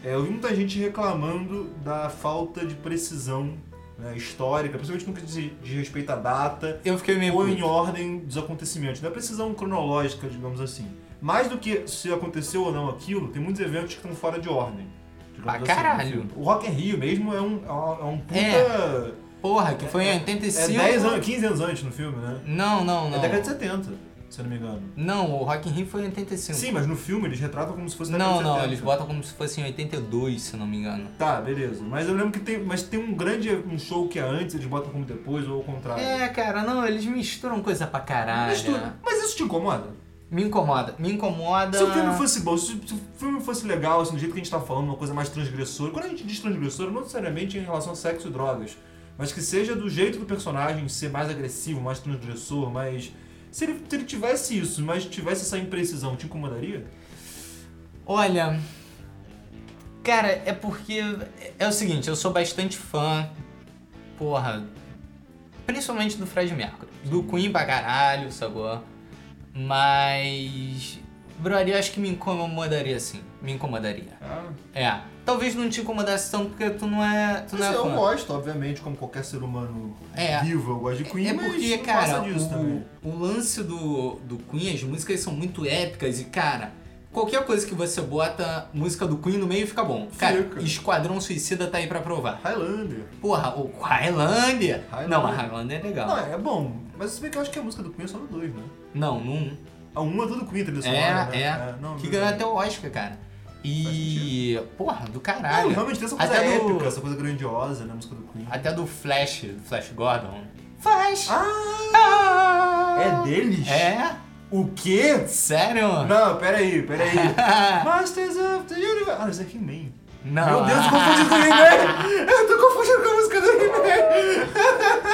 A: é, eu vi muita gente reclamando da falta de precisão né, histórica, principalmente no que diz, diz respeito à data
B: Eu fiquei meio.
A: ou em
B: puto.
A: ordem dos acontecimentos, da precisão cronológica, digamos assim. Mais do que se aconteceu ou não aquilo, tem muitos eventos que estão fora de ordem. digamos assim.
B: Ah, caralho.
A: O Rock in Rio mesmo é um, é um- é um puta.
B: É. Porra, que foi em
A: É
B: 85.
A: 10 anos, 15 anos antes no filme, né?
B: Não, não,
A: É
B: não.
A: década de 70, se eu não me engano.
B: Não, o Rock in Rio foi em 85.
A: Sim, mas no filme eles retratam como se fosse década
B: um não,
A: de 70.
B: não, eles botam como se fosse em 82, se eu não me engano.
A: Tá, beleza. Mas eu lembro que tem. Mas tem um grande um show que é antes, eles botam como depois, ou ao contrário.
B: É, cara, não, eles misturam coisa pra caralho.
A: Mas, tu- mas isso te incomoda?
B: Me incomoda, me incomoda.
A: Se o filme fosse bom, se, se o filme fosse legal, assim, do jeito que a gente tá falando, uma coisa mais transgressora. Quando a gente diz transgressora, não necessariamente em relação a sexo e drogas, mas que seja do jeito do personagem ser mais agressivo, mais transgressor, mais. Se ele, se ele tivesse isso, mas tivesse essa imprecisão, te incomodaria?
B: Olha. Cara, é porque. É o seguinte, eu sou bastante fã. Porra. Principalmente do Fred Mercury. Do Queen pra caralho, sacou? Mas. Brother, eu acho que me incomodaria sim. Me incomodaria.
A: Ah,
B: É. Talvez não te incomodasse tanto porque tu não é. Tu não
A: Assim,
B: é
A: eu
B: fã.
A: gosto, obviamente, como qualquer ser humano
B: É.
A: vivo, eu gosto de Queen,
B: É
A: mas
B: porque,
A: não
B: cara,
A: passa disso também.
B: o, o lance do, do Queen, as músicas são muito épicas e, cara, qualquer coisa que você bota música do Queen no meio fica bom. Cara,
A: Fica.
B: Esquadrão Suicida tá aí pra provar.
A: Highlander.
B: Porra, o Highlander.
A: Highlander.
B: Não, mas Highlander é legal.
A: Não, é bom, mas se bem que eu acho que a música do Queen é só no 2, né?
B: Não, num.
A: A 1 é tudo Queen, trilha
B: É,
A: sonora, né?
B: é.
A: não,
B: que
A: beleza.
B: é ganhou até o Oscar, cara. E. Porra, do
A: Não,
B: caralho.
A: realmente tem essa coisa
B: Até do-
A: épica, essa coisa grandiosa, né? A música do Queen.
B: Até do Flash, do Flash Gordon. Flash!
A: Ah!
B: Ah!
A: É deles?
B: É?
A: O quê?
B: Sério?
A: Não, peraí, peraí. Masters of the Universe. Ah, isso é He-Man.
B: [laughs] Não.
A: Meu Deus, eu tô confundindo com o
B: [laughs]
A: He-Man. Eu tô confundindo com a música do He-Man.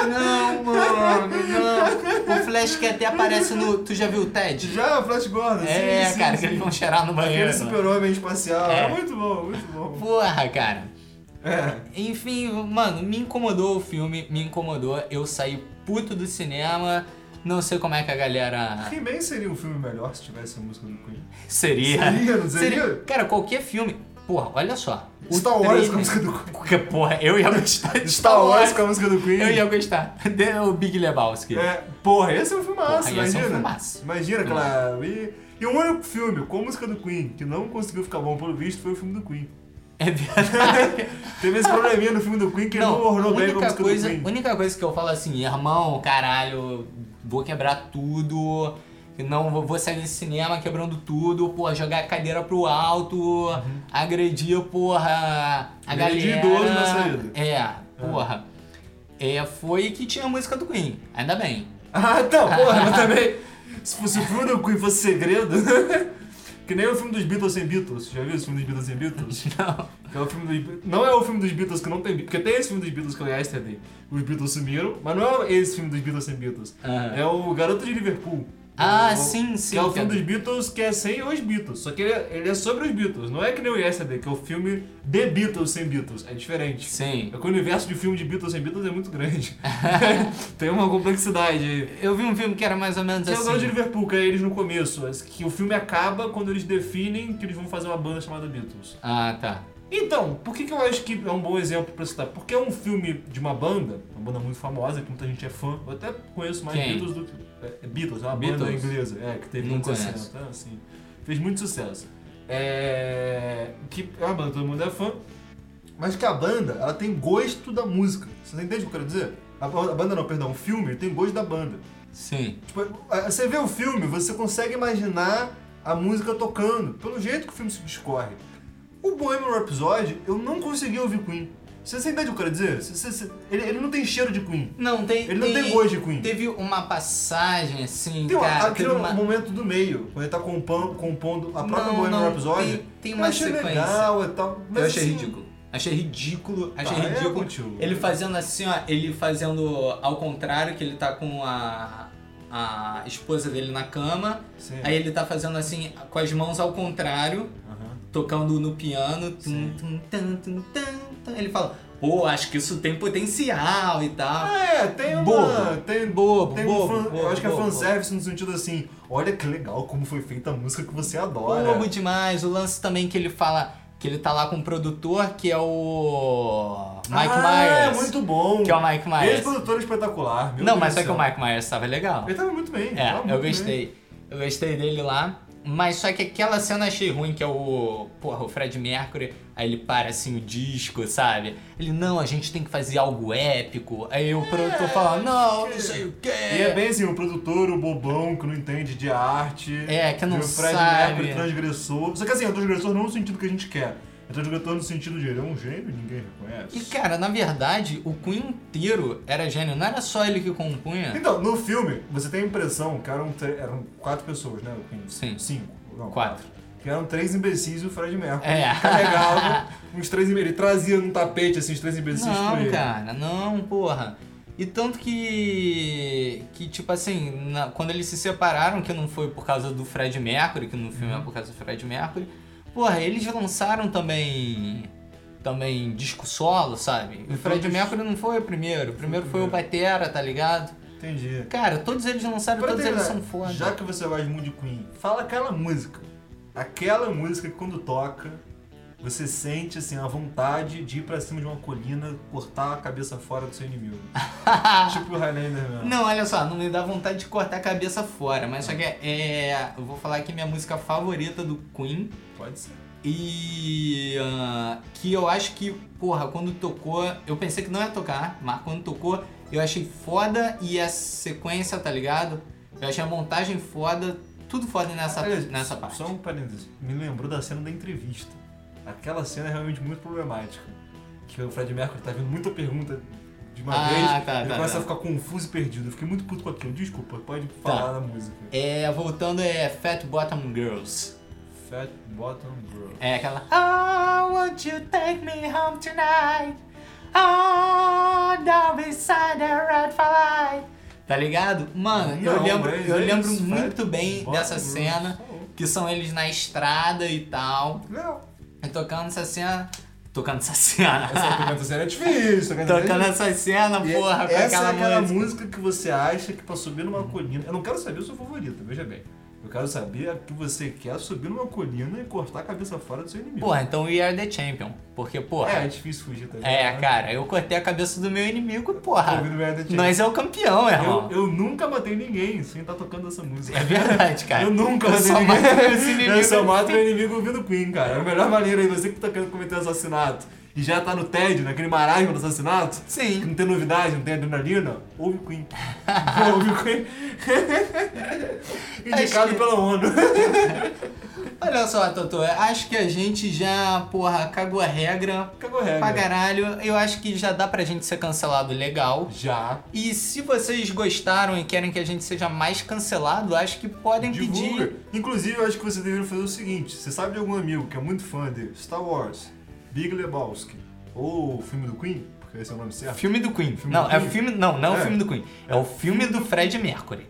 B: Não, mano, não. O Flash que até aparece no. Tu já viu o Ted?
A: Já, Flash Gordon.
B: é,
A: sim, sim,
B: cara, que
A: sim.
B: eles vão cheirar no banheiro.
A: Aquele super-homem espacial.
B: É.
A: É. muito bom, muito bom.
B: Porra, cara.
A: É.
B: Enfim, mano, me incomodou o filme, me incomodou. Eu saí puto do cinema. Não sei como é que a galera
A: He-Man seria um filme melhor se tivesse a música do Queen.
B: seria.
A: Seria, não seria?
B: Cara, qualquer filme. Porra, olha só. O
A: Star Wars
B: trailer-
A: com a música do Queen.
B: Porque, porra, eu ia gostar de
A: Star Wars com a música do Queen.
B: Eu ia gostar. O Big Lebowski.
A: É, porra, esse é um filmaço,
B: Porra, esse é um
A: imagina.
B: filmaço.
A: Imagina, claro. E, e o único filme com música do Queen que não conseguiu ficar bom pelo visto foi o filme do Queen.
B: É verdade.
A: Teve esse probleminha no filme do Queen que ele não ornou bem com a
B: única
A: música
B: coisa,
A: do Queen.
B: única coisa que eu falo assim, irmão, caralho, vou quebrar tudo. Não, vou- vou sair do cinema quebrando tudo, porra, jogar a cadeira pro alto, agredir, porra, a
A: Uhum. Agredir
B: galera.
A: idoso na saída.
B: É, porra. É, foi que tinha a música do Queen, ainda bem. [laughs]
A: Ah, tá, porra, [laughs] mas também. Se fosse o filme do Queen fosse segredo. [laughs] que nem o filme dos Beatles sem Beatles. Já viu esse filme dos Beatles sem Beatles?
B: Não.
A: Que é o filme dos, não é o filme dos Beatles que não tem Beatles. Porque tem esse filme dos Beatles que é o Yesterday. Os Beatles sumiram, mas não é esse filme dos Beatles sem Beatles.
B: Aham.
A: É o Garoto de Liverpool.
B: Ah,
A: O-
B: sim, sim.
A: Que é o filme dos
B: cara.
A: Beatles que é sem os Beatles. Só que ele é, ele é sobre os Beatles. Não é que nem o Yesterday, que é o filme de Beatles sem Beatles. É diferente.
B: Sim.
A: É que o universo de filme de Beatles sem Beatles é muito grande. [laughs] tem uma complexidade aí.
B: Eu vi um filme que era mais ou menos
A: Que é o Garoto de
B: assim.
A: Liverpool, que é eles no começo. Que o filme acaba quando eles definem que eles vão fazer uma banda chamada Beatles.
B: Ah, tá.
A: Então, por que, que eu acho que é um bom exemplo pra citar? Porque é um filme de uma banda, uma banda muito famosa, que muita gente é fã. Eu até conheço mais
B: Quem?
A: Beatles do que. É, Beatles, é uma banda
B: Beatles?
A: inglesa, é, que teve
B: Não
A: muito
B: conheço.
A: sucesso. É, assim, fez muito sucesso. É. Que é uma banda, todo mundo é fã. Mas que a banda, ela tem gosto da música. Você entende o que eu quero dizer? A, a banda não, perdão, o filme tem gosto da banda.
B: Sim.
A: Tipo, a- você vê o filme, você consegue imaginar a música tocando, pelo jeito que o filme se discorre. O Bohemian Rhapsody, eu não consegui ouvir Queen. Você, você entende o que eu quero dizer? Você- você- você- ele, ele não tem cheiro de Queen.
B: Não, tem.
A: Ele não tem gosto de Queen.
B: Teve uma passagem assim,
A: Tem uma- é um
B: cara.
A: aquele
B: teve uma...
A: momento do meio, quando ele tá compondo, compondo a própria
B: Não,
A: Bohemian
B: não,
A: Rhapsody.
B: tem- tem uma
A: eu achei
B: sequência.
A: legal e tal. Mas
B: Eu achei
A: assim,
B: ridículo. Achei ridículo, achei
A: Tá, é
B: ridículo.
A: contigo.
B: ele fazendo assim, ó, ele fazendo ao contrário, que ele tá com a, a esposa dele na cama,
A: Sim.
B: aí ele tá fazendo assim, com as mãos ao contrário,
A: Aham.
B: tocando no piano. Tum,
A: Sim.
B: tum, tum, tum, tum, tum. Ele fala, pô, acho que isso tem potencial e tal.
A: Ah, é, tem uma.
B: Bobo.
A: Tem,
B: Bobo,
A: tem
B: bobo,
A: fan-
B: bobo,
A: Eu acho que é
B: bobo.
A: fanservice no sentido assim: olha que legal como foi feita a música que você adora.
B: Bobo demais. O lance também que ele fala que ele tá lá com um produtor que é o Mike
A: ah,
B: Myers.
A: É muito bom.
B: Que é o Mike Myers.
A: Esse produtor espetacular. Meu
B: Não,
A: Deus do
B: mas só que
A: céu.
B: o Mike Myers tava legal.
A: Ele tava muito bem. tava
B: É, eu
A: muito Bem.
B: gostei. Eu gostei dele lá. Mas só que aquela cena eu achei ruim, que é o. Porra, o Fred Mercury. Aí ele para assim o disco, sabe? Ele, não, a gente tem que fazer algo épico. Aí o produtor fala, não, não sei o quê.
A: É, E é bem assim, o produtor, o bobão, que não entende de arte.
B: É, que não
A: e o Fred
B: sabe.
A: Mercury, transgressor. Só que assim, é transgressor não no sentido que a gente quer. É transgressor no sentido de ele é um gênio, ninguém reconhece.
B: E é? cara, na verdade, o Queen inteiro era gênio, não era só ele que compunha.
A: Então, no filme, você tem a impressão que eram, tre- eram quatro pessoas, né? Queen?
B: Sim.
A: Cinco. Não,
B: Quatro.
A: Que eram três imbecis e o Fred Mercury
B: É.
A: carregava uns três imbecis. Ele trazia num tapete, assim, os três imbecis pra
B: Não,
A: ele.
B: cara, não, porra. E tanto que. que, tipo assim, na- quando eles se separaram, que não foi por causa do Fred Mercury, que no filme
A: Uhum.
B: é por causa do Fred Mercury, porra, eles lançaram também. também disco solo, sabe? O
A: E
B: Fred
A: todos-
B: Mercury não foi o primeiro, o primeiro foi o Batera, tá ligado?
A: Entendi.
B: Cara, todos eles lançaram,
A: Pra
B: todos
A: terminar,
B: eles são foda.
A: Já que você gosta muito de Queen, fala aquela música. Aquela música que quando toca, você sente assim a vontade de ir pra cima de uma colina, cortar a cabeça fora do seu
B: [laughs]
A: inimigo. tipo o Highlander mesmo.
B: Não, olha só, não me dá vontade de cortar a cabeça fora, mas só que é. Eu vou falar que minha música favorita do Queen
A: Pode ser.
B: E ah, que eu acho que, porra, quando tocou, eu pensei que não ia tocar, mas quando tocou, eu achei foda e a sequência, tá ligado? Eu achei a montagem foda, tudo foda nessa,
A: Aliás,
B: nessa parte.
A: um Só um parênteses. Me lembrou da cena da entrevista. Aquela cena é realmente muito problemática. Que o Fred Mercury tá vendo muita pergunta de uma
B: Ah,
A: vez
B: tá,
A: e
B: tá,
A: começa
B: tá.
A: a ficar confuso e perdido. Eu fiquei muito puto com aquilo. Desculpa, pode falar na música.
B: É, voltando, é Fat Bottom Girls.
A: Fat Bottom Girl.
B: É aquela Oh, won't you take me home tonight? Oh, down beside the red light. Tá ligado? Mano, eu
A: Não,
B: lembro,
A: mas
B: eu
A: é
B: lembro
A: isso,
B: muito
A: Fat
B: bem
A: Bottom
B: dessa
A: Girls.
B: cena, que são eles na estrada e tal.
A: Não.
B: E tocando essa cena. Tocando essa cena. [laughs]
A: Essa tocando cena é difícil. Tocando essa
B: tocando essa cena,
A: E
B: porra, com
A: essa
B: aquela,
A: é aquela
B: música.
A: música. que você acha que pra subir numa colina. Eu não quero saber o seu favorito, veja bem. Eu quero saber a que você quer subir numa colina e cortar a cabeça fora do seu inimigo.
B: Porra, então We Are the Champion. Porque, porra.
A: é, é difícil fugir também. né? Tá
B: É, cara, eu cortei a cabeça do meu inimigo, porra.
A: Ouvindo merda de-
B: Nós é o campeão, irmão.
A: Eu, eu nunca matei ninguém sem estar tocando essa música.
B: É verdade, cara.
A: Eu nunca
B: eu
A: matei
B: só
A: ninguém.
B: mato esse inimigo.
A: Eu só mato meu inimigo ouvindo Queen, cara. É a melhor maneira aí. Você que tá querendo cometer assassinato e já tá no tédio, naquele marasmo do assassinato, que
B: Sim.
A: não tem novidade, não tem adrenalina, ouve Queen.
B: [laughs]
A: ouve Queen. Indicado
B: Acho que-
A: pela ONU.
B: Olha só, Totô, acho que a gente já, porra, cagou a regra
A: Cagou
B: pra
A: regra.
B: caralho. Eu acho que já dá pra gente ser cancelado legal.
A: Já.
B: E se vocês gostaram e querem que a gente seja mais cancelado, acho que podem
A: Divulga.
B: pedir.
A: Inclusive, eu acho que você deveria fazer o seguinte: você sabe de algum amigo que é muito fã de Star Wars, Big Lebowski ou o filme do Queen? Porque esse é o nome certo.
B: Filme do Queen.
A: Filme
B: não,
A: do
B: é
A: Queen?
B: o filme. Não, não é o
A: É.
B: filme do Queen. É o filme do Fred Mercury.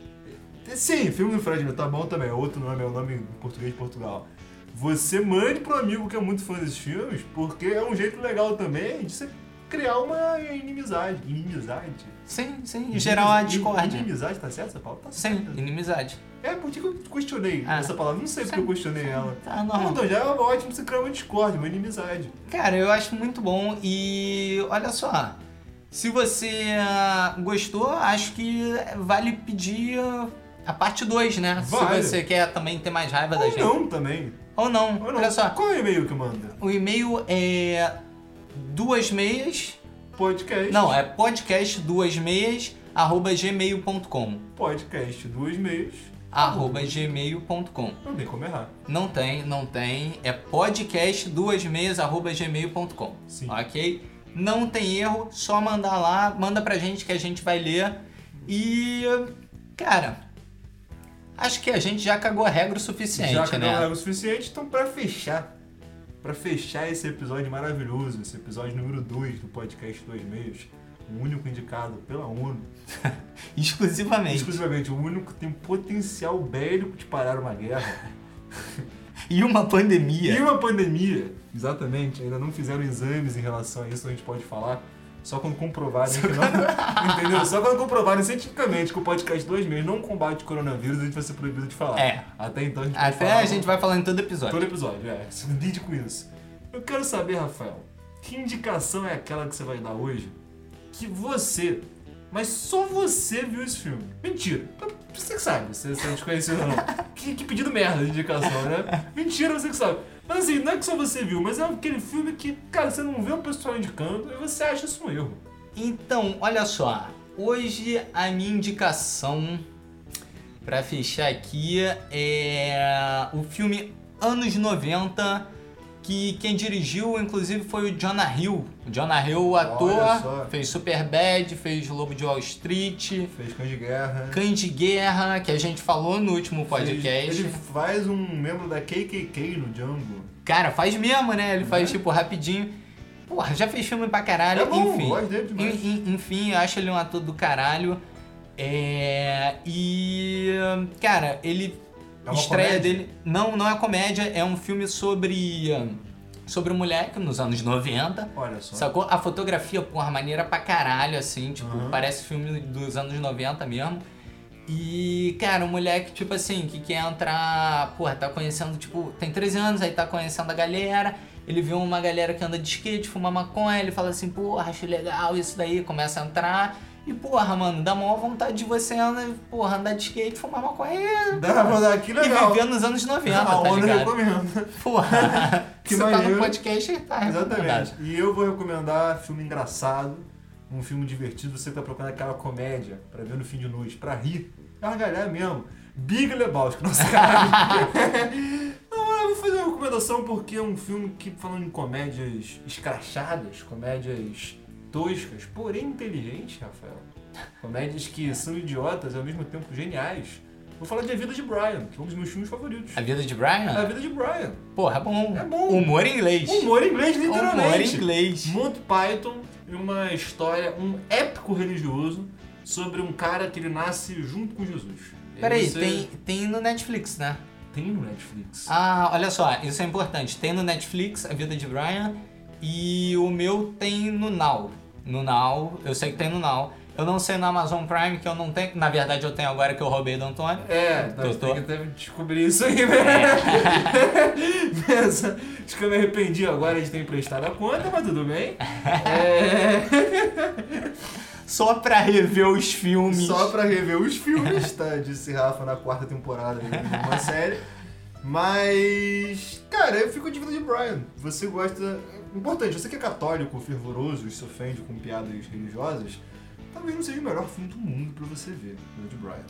A: Sim, filme do Fred, tá bom também. é Outro nome, é o nome em português de Portugal. Você mande pro amigo que é muito fã desses filmes, porque é um jeito legal também de você criar uma inimizade. Inimizade?
B: Sim, sim. Em geral a discórdia.
A: Inimizade, tá certo essa palavra? Tá
B: Sim,
A: certa.
B: inimizade.
A: É, por que que eu questionei
B: Ah.
A: essa palavra? Não sei porque
B: Sim.
A: eu questionei ela.
B: Tá
A: Não,
B: normal.
A: então já é ótimo você criar uma discórdia, uma inimizade.
B: Cara, eu acho muito bom e olha só. Se você ah, gostou, acho que vale pedir ah, a parte 2, né?
A: Vale.
B: Se você quer também ter mais raiva É da
A: Ou
B: gente.
A: não também.
B: Ou não.
A: Ou não.
B: Olha só.
A: Qual é o e-mail que manda?
B: O e-mail é duas meias.
A: Podcast.
B: Não, é podcast duas meias arroba gmail.com.
A: Podcast, duas meios.
B: Arroba gmail.com.
A: Não tem como errar.
B: Não tem, não tem. É podcast duas meias arroba gmail.com.
A: Sim.
B: Ok? Não tem erro, só mandar lá, manda pra gente que a gente vai ler. E, cara, acho que a gente já cagou a regra o suficiente,
A: Já que não
B: né?
A: é o suficiente, então pra fechar, pra fechar esse episódio maravilhoso, esse episódio número 2 do podcast Dois Meios, o único indicado pela ONU,
B: Exclusivamente.
A: exclusivamente o único que tem potencial bélico de parar uma guerra
B: E é. uma pandemia.
A: e uma pandemia. Exatamente, ainda não fizeram exames em relação a isso, a gente pode falar. Só quando comprovarem que não. [laughs] Entendeu? Só quando comprovarem cientificamente que o podcast Dois Meios não combate o coronavírus, a gente vai ser proibido de falar.
B: É.
A: Até então a gente pode
B: Até
A: falar
B: a gente vai falar em todo episódio.
A: Todo episódio, é. Se lide com isso. Eu quero saber, Rafael, que indicação é aquela que você vai dar hoje que você, mas só você viu esse filme? Mentira. Você que sabe, você você é desconhecido ou não.
B: [laughs]
A: Que, que pedido merda de indicação, né? Mentira, você que sabe. Mas assim, não é que só você viu, mas é aquele filme que, cara, você não vê o pessoal indicando e você acha isso um erro.
B: Então, olha só. Hoje a minha indicação pra fechar aqui é o filme Anos 90, que quem dirigiu inclusive foi o Jonah Hill. O Jonah Hill, o
A: Olha só.
B: ator, fez Superbad, fez Lobo de Wall Street,
A: Fez Cães de Guerra.
B: Cães de Guerra, que a gente falou no último podcast.
A: Ele faz um membro da KKK no Django.
B: Cara, faz mesmo, né? Ele faz tipo rapidinho. Porra, já fez filme pra caralho,
A: É bom,
B: enfim.
A: gosto dele demais.
B: En- en- Enfim, eu acho ele um ator do caralho. É. E. Cara, ele.
A: É uma
B: estreia
A: comédia?
B: dele. Não, não é comédia, é um filme sobre. Sobre um moleque nos anos 90.
A: Olha só.
B: Sacou? A fotografia, porra, maneira pra caralho, assim, tipo,
A: Aham.
B: parece filme dos anos 90 mesmo. E, cara, um moleque, tipo assim, que quer entrar, porra, tá conhecendo, tipo, tem 13 anos, aí tá conhecendo a galera, ele vê uma galera que anda de skate, fuma maconha, ele fala assim, porra, acho legal isso daí, começa a entrar. E, porra, mano, dá maior vontade de você, né, porra, andar de skate, fumar maconha e-
A: Dá pra mandar aqui
B: e
A: legal. Ah,
B: viver nos anos 90,
A: a
B: tá
A: ONU
B: ligado?
A: recomenda.
B: [laughs] Porra,
A: [laughs] Que
B: [laughs] você tá
A: maneiro.
B: no podcast, tá recomendado.
A: Exatamente. E eu vou recomendar filme engraçado, um filme divertido, você que tá procurando aquela comédia pra ver no fim de noite, pra rir, é
B: [laughs]
A: gargalhar mesmo. Big Lebowski, nossa caralho. [laughs] Não, eu vou fazer uma recomendação porque é um filme que, falando em comédias escrachadas, comédias toscas, porém inteligentes, Rafael. Comédias que são idiotas e ao mesmo tempo geniais. Vou falar de A Vida de Brian, que é um dos meus filmes favoritos.
B: A vida de
A: A
B: Brian?
A: Vida de Brian.
B: Porra, bom.
A: É bom.
B: Humor inglês.
A: Humor inglês, literalmente.
B: Humor inglês.
A: Monty Python e uma história, um épico religioso sobre um cara que ele nasce junto com Jesus. E
B: Peraí,
A: você-
B: tem, tem no Netflix, né?
A: Tem no Netflix.
B: Ah, olha só, isso é importante. Tem no Netflix A Vida de Brian e o meu tem no Now. No Now, eu sei que tem no Now. Eu não sei no Amazon Prime, que eu não tenho. Na verdade, eu tenho agora que eu roubei do Antônio.
A: É,
B: Tô-
A: nós
B: tô-
A: tem que até descobrir isso aí, né?
B: [laughs]
A: Pensa, acho que eu me arrependi agora a gente tem emprestado a conta, mas tudo
B: [laughs]
A: bem. É.
B: Só pra rever os filmes.
A: Só pra rever os filmes, tá? Disse Rafa na quarta temporada de uma
B: [laughs]
A: série. Mas, cara, eu fico de vida de Brian. Você gosta. Importante, você que é católico, fervoroso e se ofende com piadas religiosas, talvez não seja o melhor filme do mundo pra você ver, Vida de Brian.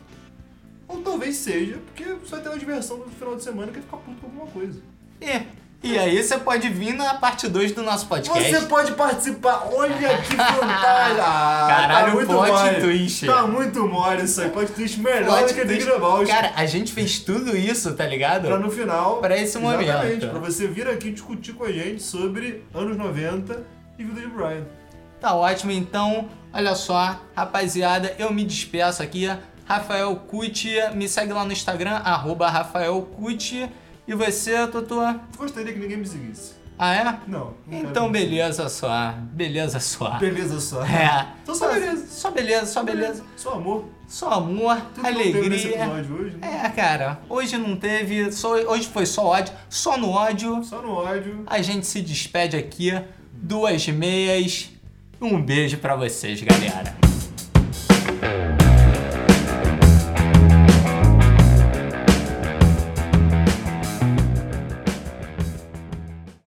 A: Ou talvez seja, porque você vai ter uma diversão no final de semana que é ficar puto com alguma coisa.
B: É. E, aí você pode vir na parte 2 do nosso podcast.
A: Você pode participar. Olha que
B: [laughs]
A: fantástico. Ah,
B: Caralho,
A: tá muito
B: plot
A: mole.
B: twist.
A: Tá muito mole isso aí. Plot twist melhor do
B: Pode
A: que
B: ter-
A: Big Lebowski.
B: Cara, a gente fez tudo isso, tá ligado?
A: Pra no final...
B: Pra esse momento. é.
A: Exatamente. Pra você vir aqui discutir com a gente sobre anos 90 e vida de Brian.
B: Tá ótimo, então, olha só, rapaziada, eu me despeço aqui. Rafael Cutia, me segue lá no Instagram, arroba Rafael Cutia. E você, Totô?
A: Gostaria que ninguém me seguisse.
B: Ah, é?
A: Não. não quero
B: Então,
A: me seguir.
B: beleza só. Beleza só.
A: Beleza só.
B: É.
A: Então só beleza.
B: Só beleza, só beleza.
A: Só amor.
B: Só amor,
A: Tudo que eu tenho nesse
B: alegria.
A: episódio hoje, né?
B: É, cara, hoje não teve, só, hoje foi só ódio. Só no ódio,
A: Só no ódio.
B: a gente se despede aqui. Duas meias. Um beijo pra vocês, galera.